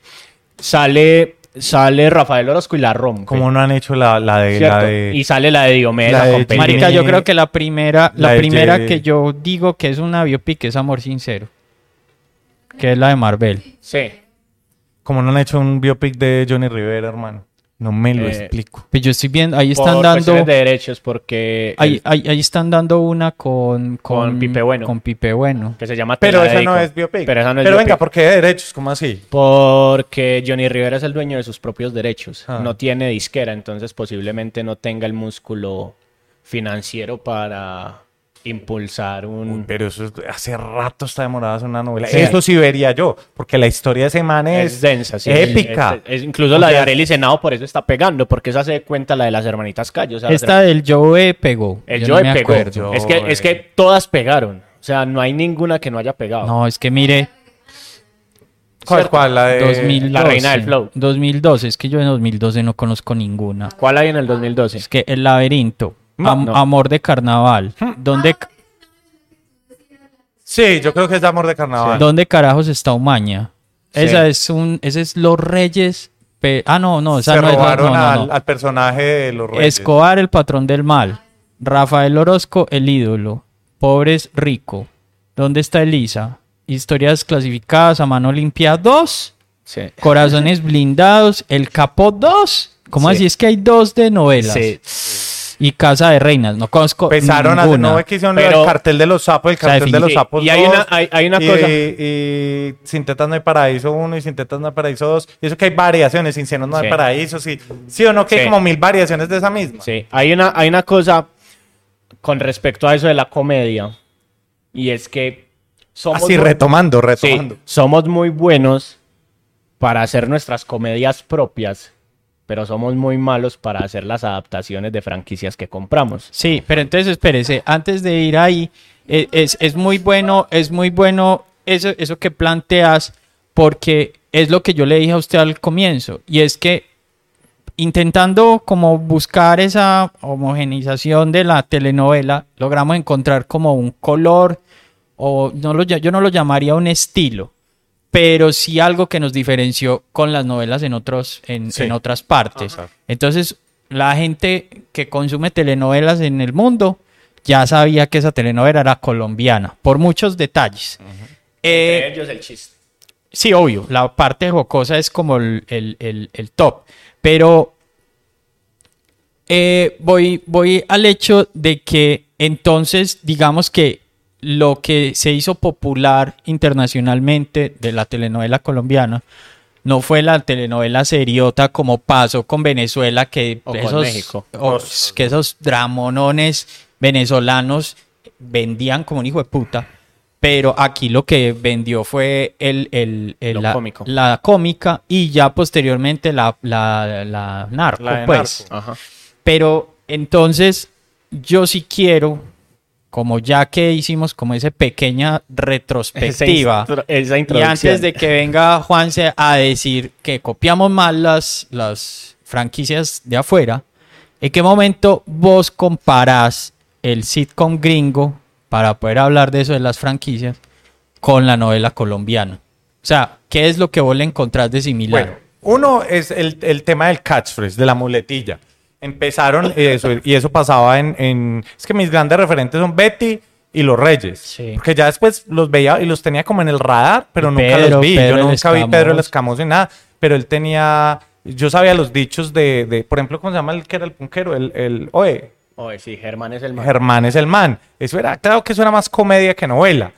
C: sale, sale Rafael Orozco y la rompe.
B: Como no han hecho la, la de
C: ¿cierto?
B: la de
C: Y sale la de Diomedes.
B: la de
C: con Pelé.
D: Marica,
B: Pellegrini,
D: yo creo que la primera, la,
B: la de
D: primera
B: Ye-
D: que yo digo que es una biopic es Amor Sincero, que es la de Marvel.
C: Sí.
B: como no han hecho un biopic de Johnny Rivera, hermano. No me lo
C: Eh,
B: explico.
D: Pero Pues yo estoy viendo, ahí
C: por
D: están
C: cuestiones
D: dando,
C: de derechos porque
D: ahí,
C: el-
D: ahí- ahí están dando una con,
C: Con Pipe Bueno.
D: Con Pipe Bueno.
C: que se llama Te
B: Pero
C: la
B: esa no
C: dedico.
B: es biopic.
C: Pero esa no es
B: venga,
C: biopic.
B: ¿por qué de derechos? ¿Cómo así?
C: porque Johnny Rivera es el dueño de sus propios derechos,
B: Ah.
C: no tiene disquera, entonces posiblemente no tenga el músculo financiero para impulsar
B: Uy,
C: un
B: pero eso es- hace rato está demorada una novela.
C: Mm. Sí.
B: Eso sí vería yo, porque la historia de ese man es,
C: es densa, sí,
B: épica.
C: es- es- incluso
B: O
C: la de
B: sea-
C: Arely Senado por eso está pegando, porque esa se da cuenta la de las hermanitas Callos.
D: Esta del Joe pegó.
C: el
D: yo
C: Joe
D: no me
C: pegó.
D: acuerdo.
B: Yo-
C: Es que es que todas pegaron, o sea, no hay ninguna que no haya pegado.
D: No, es que mire,
B: ¿Cuál,
C: ¿cierto?
B: cuál? La de
D: 2012.
C: Eh, La Reina del Flow.
D: 2012, es que yo en 2012 no conozco ninguna.
C: ¿Cuál hay en el 2012?
D: Es que El Laberinto,
C: No,
D: Am-
C: no. Hmm.
D: Amor de Carnaval. ¿Dónde,
B: Sí, yo creo que es de Amor de Carnaval.
D: ¿dónde carajos está Umaña?
C: Ah. Sí.
D: Esa es un, ese es Los Reyes. pe- ah, no, no, esa
B: Se
D: no es. no,
B: robaron
D: no, no.
B: Al, al personaje de los reyes.
D: Escobar, el patrón del mal. Rafael Orozco, el ídolo. Pobres rico. ¿Dónde está Elisa? Historias clasificadas a mano limpia 2.
C: Sí.
D: Corazones blindados, El Capo 2. ¿Cómo
C: Sí.
D: así es que hay dos de novelas?
C: Sí.
D: Y Casa de Reinas, no conozco
B: Empezaron a hacer,
D: ninguna.
B: no ve que hicieron
C: Pero-
B: el cartel de los sapos, el
D: sea,
B: cartel de los
D: definitiv-
B: sapos.
C: y hay
B: dos,
C: una- hay- hay una
B: y-
C: cosa-
B: Y Sin Tetas No hay Paraíso 1 y Sin Tetas No hay Paraíso 2. Y eso que hay variaciones, Sin Senos No hay
C: Sí.
B: Paraíso, sí. Sí o no, que
C: Sí.
B: hay como mil variaciones de esa misma.
C: Sí, hay una, hay una cosa con respecto a eso de la comedia. Y es que somos,
B: Así
C: muy-
B: retomando,
C: sí,
B: retomando.
C: somos muy buenos para hacer nuestras comedias propias, pero somos muy malos para hacer las adaptaciones de franquicias que compramos.
D: Sí, pero entonces espérese, antes de ir ahí, eh, es, es muy bueno, es muy bueno eso, eso que planteas, porque es lo que yo le dije a usted al comienzo, y es que intentando como buscar esa homogenización de la telenovela, logramos encontrar como un color, o no lo, ll- yo no lo llamaría un estilo, pero sí algo que nos diferenció con las novelas en, otros, en,
B: Sí.
D: en otras partes. Entonces, la gente que consume telenovelas en el mundo ya sabía que esa telenovela era colombiana, por muchos detalles. Eh,
C: ellos el chiste.
D: Sí, obvio, la parte jocosa es como el, el- el- el top, pero eh, voy, voy al hecho de que entonces digamos que lo que se hizo popular internacionalmente de la telenovela colombiana no fue la telenovela seriota como pasó con Venezuela, que,
C: O con
D: esos,
C: México.
D: o- que esos dramonones venezolanos vendían como un hijo de puta. Pero aquí lo que vendió fue el, el- el-
C: Lo
D: la,
C: cómico.
D: la cómica y ya posteriormente la, la, la narco,
B: La de
D: pues.
B: narco.
C: Ajá.
D: Pero entonces yo sí quiero, como ya que hicimos como esa pequeña retrospectiva,
C: Esa, instru- esa
D: y
C: introducción.
D: antes de que venga Juanse a decir que copiamos mal las, las franquicias de afuera, ¿En qué momento vos comparás el sitcom gringo, para poder hablar de eso de las franquicias, con la novela colombiana? O sea, ¿qué es lo que vos le encontrás de similar?
B: Bueno, uno es el, el tema del catchphrase, de la muletilla. Empezaron eso, y eso pasaba en, en- Es que mis grandes referentes son Betty y los Reyes.
D: Sí.
B: Porque ya después los veía y los tenía como en el radar, pero
D: Y
B: nunca
D: Pedro,
B: los vi.
D: Pedro el
B: yo nunca vi Pedro el
D: Escamoso.
B: Escamoso ni nada. Pero él tenía. Yo sabía los dichos de. de- por ejemplo, ¿cómo se llama el que era el punquero? El. el oe,
C: Oye, sí, Germán es el más.
B: Germán es el man. Eso era, claro que eso era más comedia que novela.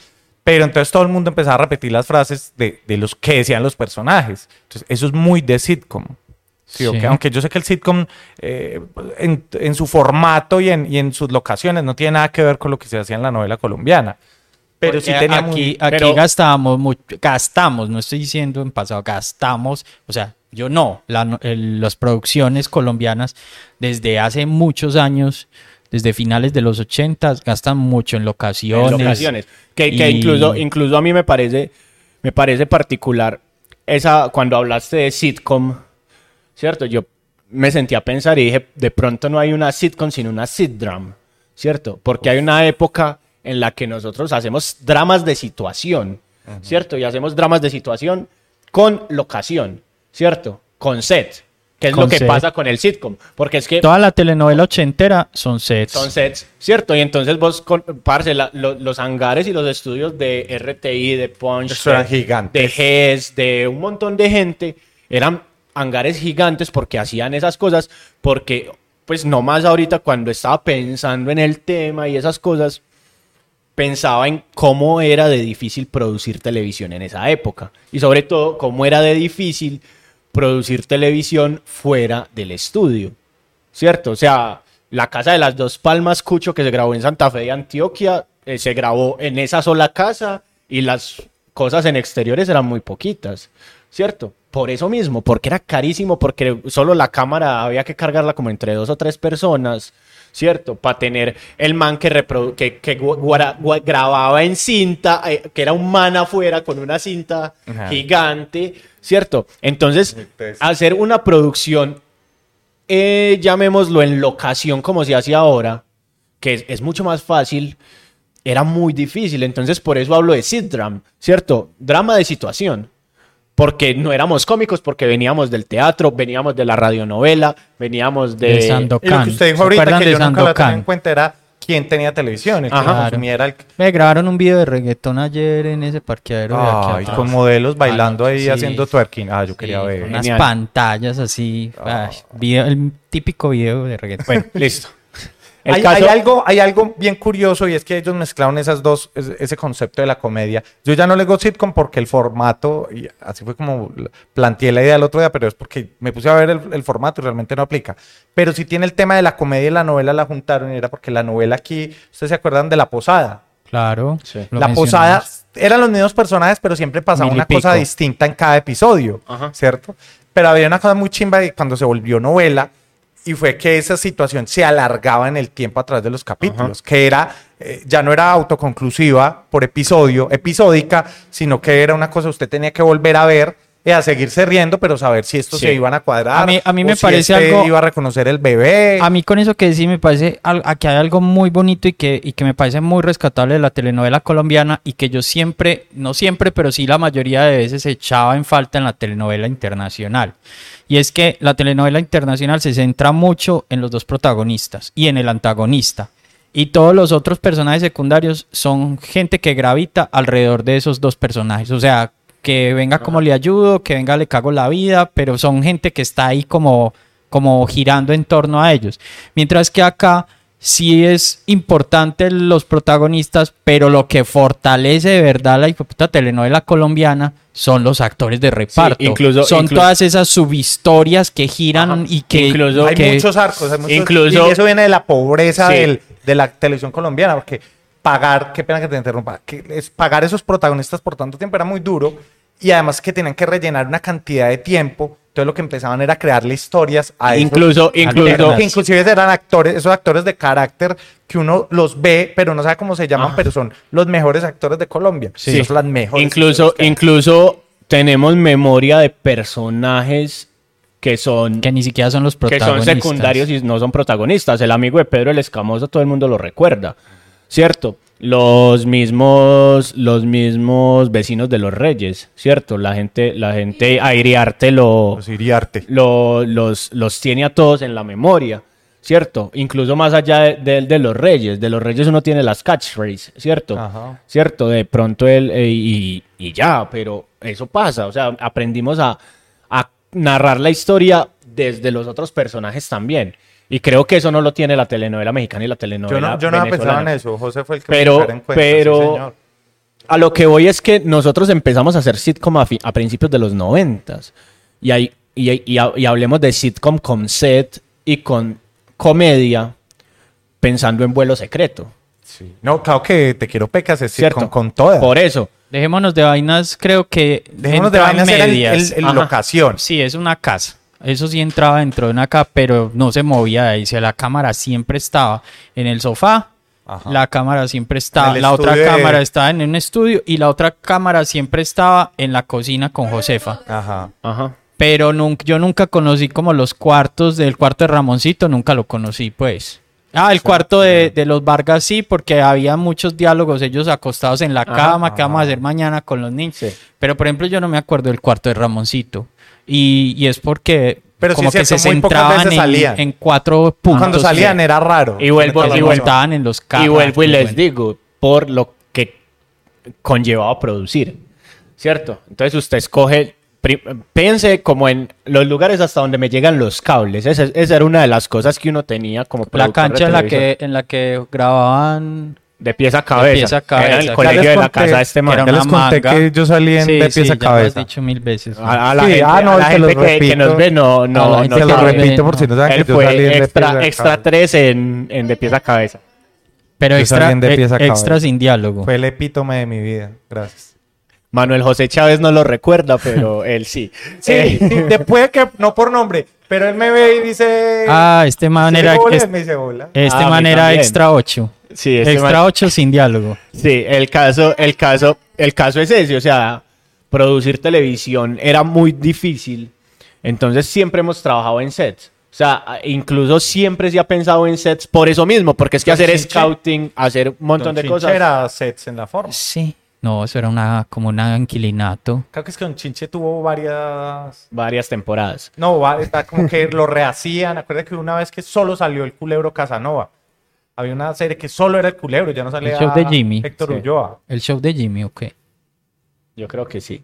B: Pero entonces todo el mundo empezaba a repetir las frases de, de los que decían los personajes. Entonces, eso es muy de sitcom. Sí,
D: Sí.
B: ok, Aunque yo sé que el sitcom eh, en, en su formato y en, y en sus locaciones no tiene nada que ver con lo que se hacía en la novela colombiana. Pero
D: Porque
B: sí tenía
D: aquí,
B: muy-
D: aquí
C: pero-
D: gastamos mucho, gastamos, no estoy diciendo en pasado, gastamos, o sea, yo no, la no- el- las producciones colombianas desde hace muchos años, desde finales de los 80, gastan mucho en locaciones.
C: en ocasiones. Que, que
D: Y-
C: incluso, incluso a mí me parece, me parece particular esa, cuando hablaste de sitcom, ¿cierto? Yo me sentí a pensar y dije, de pronto no hay una sitcom sino una sitdram, ¿cierto? Porque hay una época en la que nosotros hacemos dramas de situación, ¿cierto? Y hacemos dramas de situación con locación, ¿cierto? Con set, que es
D: Con
C: lo que
D: set.
C: pasa con el sitcom. Porque es que
D: Toda la telenovela ochentera son sets.
C: son sets, ¿cierto? Y entonces vos, con, parce, la- lo- los hangares y los estudios de RTI, de Punch,
B: Eso eran
C: de-
B: gigantes.
C: de GES, de un montón de gente, eran hangares gigantes porque hacían esas cosas, porque, pues, no más ahorita cuando estaba pensando en el tema y esas cosas, pensaba en cómo era de difícil producir televisión en esa época. Y sobre todo, cómo era de difícil producir televisión fuera del estudio. ¿Cierto? O sea, La Casa de las Dos Palmas Cucho, que se grabó en Santa Fe de Antioquia, eh, se grabó en esa sola casa y las cosas en exteriores eran muy poquitas. ¿Cierto? Por eso mismo, porque era carísimo, porque solo la cámara había que cargarla como entre dos o tres personas. ¿cierto? Para tener el man que, reprodu- que, que gu- guara- gua- grababa en cinta, eh, que era un man afuera con una cinta
B: Ajá.
C: gigante, ¿cierto? Entonces,
B: Muy teso.
C: hacer una producción, eh, llamémoslo en locación como se hace ahora, que es, es mucho más fácil, era muy difícil. Entonces, por eso hablo de sitdram, ¿cierto? Drama de situación porque no éramos cómicos, porque veníamos del teatro, veníamos de la radionovela, veníamos de...
D: De Sandokan.
B: Y lo que usted
D: ¿Se
B: dijo ahorita,
D: acuerdan
B: que
D: de
B: yo nunca lo tenía
D: Sandokan?
B: en cuenta, era quién tenía televisión. El que
C: Ajá.
B: consumiera el-
D: Me grabaron un video de reggaetón ayer en ese parqueadero de aquí
B: Ay,
D: atrás.
B: con modelos bailando ahí
D: sí.
B: haciendo twerking. Ah, yo quería
D: Sí,
B: ver. Ah.
D: Unas
C: Genial.
D: pantallas así, ay, video- el típico video de reggaetón.
C: Listo. El
B: Hay,
C: caso-
B: hay algo, hay algo bien curioso y es que ellos mezclaron esas dos, es- ese concepto de la comedia. Yo ya no le digo sitcom porque el formato, y así fue como la- planteé la idea el otro día, pero es porque me puse a ver el, el formato y realmente no aplica. Pero sí tiene el tema de la comedia y la novela la juntaron y era porque la novela aquí, ¿ustedes se acuerdan de La Posada?
D: Claro.
C: Sí.
D: lo
B: la posada
D: mencionamos.
B: eran los mismos personajes, pero siempre pasaba
D: Mil y
B: una cosa
D: pico.
B: distinta en cada episodio,
C: Ajá.
B: ¿cierto? Pero había una cosa muy chimba de cuando se volvió novela y fue que esa situación se alargaba en el tiempo a través de los capítulos, que era eh, ya no era autoconclusiva por episodio, episódica, sino que era una cosa usted tenía que volver a ver y a seguirse riendo, pero saber si estos
C: Sí.
B: se iban a cuadrar.
D: A mí- a mí
B: o
D: me
B: si
D: parece
B: este
D: algo-
B: iba a reconocer el bebé.
D: A mí con eso que sí me parece al- a que hay algo muy bonito y que, y que me parece muy rescatable de la telenovela colombiana y que yo siempre, no siempre, pero sí la mayoría de veces echaba en falta en la telenovela internacional. Y es que la telenovela internacional se centra mucho en los dos protagonistas y en el antagonista. Y todos los otros personajes secundarios son gente que gravita alrededor de esos dos personajes. O sea, que venga
C: Ah.
D: como le ayudo, que venga le cago la vida, pero son gente que está ahí como, como girando en torno a ellos. Mientras que acá sí es importante los protagonistas, pero lo que fortalece de verdad la hijueputa telenovela colombiana son los actores de reparto.
C: incluso-
D: son
C: incluso-
D: todas esas subhistorias que giran
C: Ajá.
D: y que...
C: Incluso-
B: hay
D: que-
B: muchos arcos, hay muchos-
C: Incluso-
B: y eso viene de la pobreza
C: Sí.
B: del- de la televisión colombiana, porque pagar, qué pena que te interrumpa, que es pagar esos protagonistas por tanto tiempo era muy duro y además que tenían que rellenar una cantidad de tiempo, entonces lo que empezaban era crearle historias a esos
C: Incluso, incluso,
B: que inclusive eran actores, esos actores de carácter que uno los ve, pero no sabe cómo se llaman,
C: Ah.
B: pero son los mejores actores de Colombia.
C: Sí.
B: Son las mejores.
C: incluso,
B: historias que hay.
C: incluso tenemos memoria de personajes que son,
D: Que ni siquiera son los
C: que son
D: protagonistas.
C: secundarios y no son protagonistas. El amigo de Pedro el Escamoso, todo el mundo lo recuerda, ¿cierto? Los mismos, los mismos vecinos de los reyes, ¿cierto? La gente, la gente Airiarte lo,
B: Los Iriarte.
C: lo- los, los tiene a todos en la memoria, ¿cierto? Incluso más allá de, de- de los Reyes. De los Reyes uno tiene las catchphrases, ¿cierto?
B: Ajá.
C: ¿Cierto? De pronto él eh, y, y ya, pero eso pasa. O sea, aprendimos a, a narrar la historia desde los otros personajes también. Y creo que eso no lo tiene la telenovela mexicana y la
B: Yo
C: telenovela
B: no, yo no había pensado
C: venezolana.
B: en eso. José fue el que me
C: Pero-
B: echara en cuenta, sí,
C: pero-
B: señor.
C: A lo que voy es que nosotros empezamos a hacer sitcom a, fi- a principios de los noventas. Y, hay- y, hay- y ha- y hablemos de sitcom con set y con comedia pensando en vuelo secreto.
B: Sí. No, claro que te quiero pecas, es decir,
C: ¿Cierto?
B: con, con todas.
C: Por eso.
D: Dejémonos de vainas, creo que.
B: Dejémonos de
D: entra en
B: vainas, era el-
D: medias.
B: el- el
D: Ajá.
B: locación.
D: Sí, es una casa. Eso sí entraba dentro de una casa, pero no se movía de ahí. O sea, la cámara siempre estaba en el sofá.
B: Ajá.
D: La cámara siempre estaba.
B: En el
D: La otra
B: estudio de-
D: cámara estaba en un estudio y la otra cámara siempre estaba en la cocina con Josefa.
B: Ajá.
C: Ajá.
D: Pero nun- yo nunca conocí como los cuartos del cuarto de Ramoncito, nunca lo conocí, pues. Ah, el cuarto de, de los Vargas sí, porque había muchos diálogos, ellos acostados en la cama, que vamos a hacer mañana con los niños.
C: Sí.
D: Pero, por ejemplo, yo no me acuerdo del cuarto de Ramoncito. Y, y es porque
B: Pero sí
D: como
B: es
D: que se
B: cierto, muy pocas
D: centraban
B: veces
D: en,
B: salían.
D: en cuatro puntos.
B: Cuando salían
D: que
B: era raro.
C: Y vuelvo-
B: Tiene
D: se
B: toda
C: y
B: la
C: vuelvo-
B: razón.
D: montaban en los carros.
C: y vuelvo y les
D: bueno.
C: digo, por lo que conllevaba producir, ¿cierto? Entonces usted escoge, pri- piense como en los lugares hasta donde me llegan los cables, Esa- esa era una de las cosas que uno tenía como
D: La
C: productor
D: cancha
C: de
D: en la,
C: televisión.
D: que, en la que grababan...
C: De pieza a cabeza,
D: pies a cabeza.
C: era el
D: Ya
C: colegio
B: les
C: de la
B: conté
C: casa de este man.
D: era una
B: Ya les conté
D: manga.
B: que yo salí en de pies a
D: ya lo has
B: cabeza.
D: dicho mil veces.
C: A, a la
B: Sí,
C: gente,
B: ah, no,
C: a la
B: te lo
C: gente que, que
B: repito. Ah,
C: nos ve no,
D: A la
C: no,
D: gente
C: no
B: Se
D: saben,
B: lo
C: sabe.
B: repito por
D: no.
B: si no saben
C: Él
B: que yo salí en
C: fue
B: de
C: extra,
B: pies a
C: extra
B: cabeza.
C: 3 en, en de pieza a cabeza.
D: Pero
B: Yo
D: extra,
B: salí de
D: eh,
B: pies a
D: extra
B: cabeza.
D: sin diálogo.
B: Fue el epítome de mi vida. Gracias.
C: Manuel José Chávez no lo recuerda, pero él sí. Eh.
B: Sí, sí, después que, no por nombre, pero él me ve y dice.
D: ah, este man
B: "Sí,
D: era,
B: bola",
D: es-
B: y me dice bola.
D: este
C: Ah, a
D: man
C: mí
D: era
C: también.
D: extra 8.
C: Sí, este
D: extra
C: man-
D: 8 sin diálogo.
C: Sí, el caso, el caso, el caso es ese, o sea, producir televisión era muy difícil, entonces siempre hemos trabajado en sets. O sea, a- incluso siempre se ha pensado en sets por eso mismo, porque es que
B: Don
C: hacer
B: Chinche-
C: scouting, hacer un montón de
B: Don Chinche
C: cosas.
B: Era sets en la forma.
D: Sí. No, eso era una, como un inquilinato.
B: Creo que es que Don Chinche tuvo varias.
C: Varias temporadas.
B: No, va- está como que lo rehacían. Acuérdate que una vez que solo salió el culebro Casanova. Había una serie que solo era el culebro, ya no salía
D: show de Jimmy.
B: Héctor
C: Sí.
B: Ulloa.
D: El show de Jimmy, ok.
C: Yo creo que sí.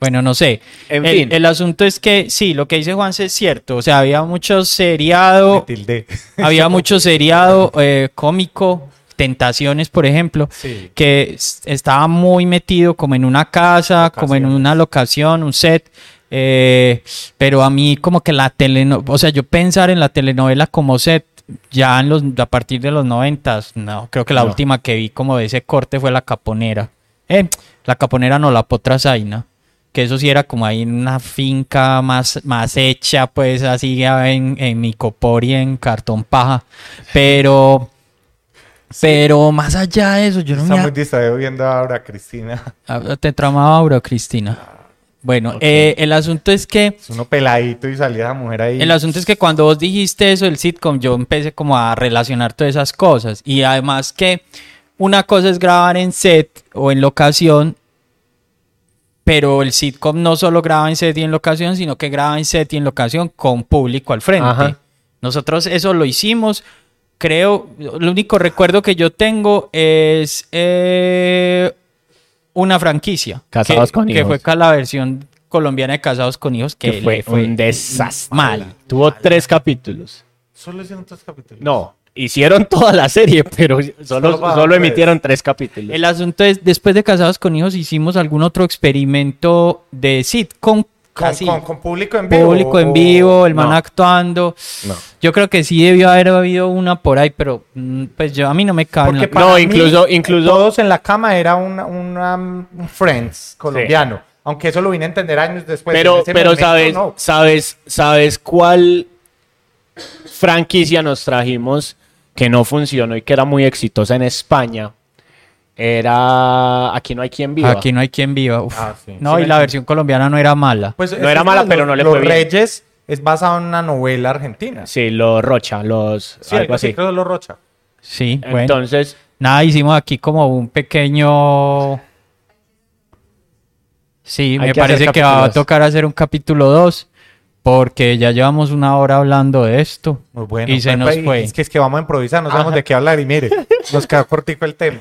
D: Bueno, no sé.
C: En
D: el,
C: fin.
D: el asunto es que sí, lo que dice Juan es cierto. O sea, había mucho seriado,
B: Tilde.
D: había mucho seriado eh, cómico, tentaciones, por ejemplo.
B: Sí.
D: que s- estaba muy metido como en una casa, como en
B: Locaciones.
D: una locación, un set. eh, pero a mí como que la telenovela, o sea, yo pensar en la telenovela como set ya en los, a partir de los noventas, no, creo que la
C: No.
D: última que vi como de ese corte fue La Caponera. Eh, la Caponera no, La Potra Zaina. Que eso sí era como ahí en una finca más, más hecha, pues así en, en Nicopor y en cartón paja. Pero, pero más allá de eso, yo no
B: Está
D: me...
B: muy distraído viendo ahora a Cristina.
D: Ah, Te tramaba Aura, Cristina. Bueno, eh, el asunto es que
B: Es uno peladito y salía esa mujer ahí.
D: el asunto es que cuando vos dijiste eso del sitcom, yo empecé como a relacionar todas esas cosas. Y además que una cosa es grabar en set o en locación, pero el sitcom no solo graba en set y en locación, sino que graba en set y en locación con público al frente.
C: Ajá.
D: Nosotros eso lo hicimos. Creo, el único recuerdo que yo tengo es eh, una franquicia.
C: Casados
D: que,
C: con
D: que
C: Hijos.
D: fue ca- la versión colombiana de Casados con Hijos, que,
C: Que fue,
D: le fue
C: un desastre.
D: mal.
C: Tuvo tres capítulos.
B: Solo hicieron tres capítulos.
C: No, hicieron toda la serie, pero solo,
B: Solo para
C: solo
B: tres.
C: emitieron tres capítulos.
D: El asunto es, después de Casados con Hijos, hicimos algún otro experimento de sitcom,
B: Con,
D: casi
B: con- con público en vivo.
D: Ah, público en vivo, el man
C: No.
D: actuando.
C: No.
D: Yo creo que sí debió haber habido una por ahí, pero mm, pues yo a mí no me cabe. en la-
B: Porque
C: No,
B: para mí, eh,
C: incluso- incluso-
B: Todos en la cama era una, una, un Friends colombiano. Aunque eso lo vine a entender años después. Pues En
C: pero,
B: ese
C: pero
B: momento,
C: sabes,
B: no.
C: sabes, sabes cuál franquicia nos trajimos que no funcionó y que era muy exitosa en España. era Aquí no hay quien viva.
D: Aquí no hay quien viva. uf.
B: Ah, sí.
D: No,
B: Sí,
D: y la
B: la vi.
D: versión colombiana no era mala.
B: Pues,
C: No era mala, pero no le
B: Los
C: fue bien.
B: Reyes es basado en una novela argentina.
C: Sí, los Rocha, los...
B: Sí,
C: algo así.
B: creo que es Los Rocha.
D: sí, bueno.
C: Entonces,
D: Nada, hicimos aquí como un pequeño... Sí,
C: Hay
D: me
C: que hacer
D: parece que va a
C: capítulos.
D: tocar hacer un capítulo 2 porque ya llevamos una hora hablando de esto.
B: Muy bueno.
D: Y se nos
B: Pepe,
D: fue.
B: Es que, es que vamos a improvisar, no sabemos de qué hablar y mire, nos queda cortico el tema.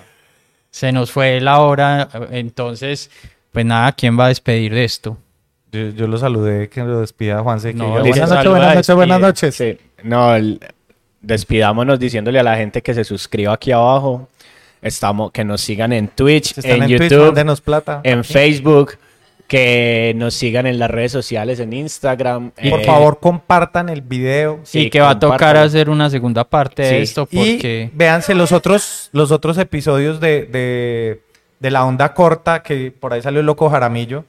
D: Se nos fue la hora, entonces, pues nada, ¿quién va a despedir de esto?
B: Yo, yo lo saludé, que lo despida Juanse. que
D: No,
B: diga,
D: dice,
B: buenas noches,
C: saluda,
B: buenas noches,
C: despide".
B: buenas noches.
C: Sí. No, el- despidámonos diciéndole a la gente que se suscriba aquí abajo. Estamos, que nos sigan en Twitch,
B: Si
C: en,
B: están en, Twitch,
C: YouTube,
B: mándenos plata.
C: en Facebook, que nos sigan en las redes sociales, en Instagram.
B: Por
C: eh,
B: favor, compartan el video.
C: Sí,
D: y que va a tocar
C: compártalo.
D: hacer una segunda parte de
C: Sí.
D: esto
B: Y
D: porque...
B: véanse los otros, los otros episodios de, de- de la onda corta, que por ahí salió el loco Jaramillo.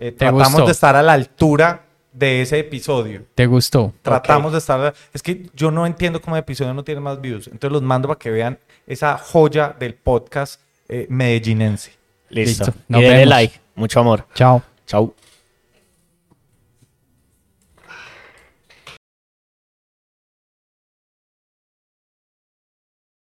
B: Eh, tratamos
D: gustó?
B: de estar a la altura de ese episodio.
D: ¿Te gustó?
B: Tratamos de estar. Es que yo no entiendo cómo el episodio no tiene más views. Entonces los mando para que vean esa joya del podcast eh, medellinense.
C: Listo.
D: Listo. Nos
C: y denle
D: vemos.
C: like. Mucho amor.
D: Chao.
C: Chau.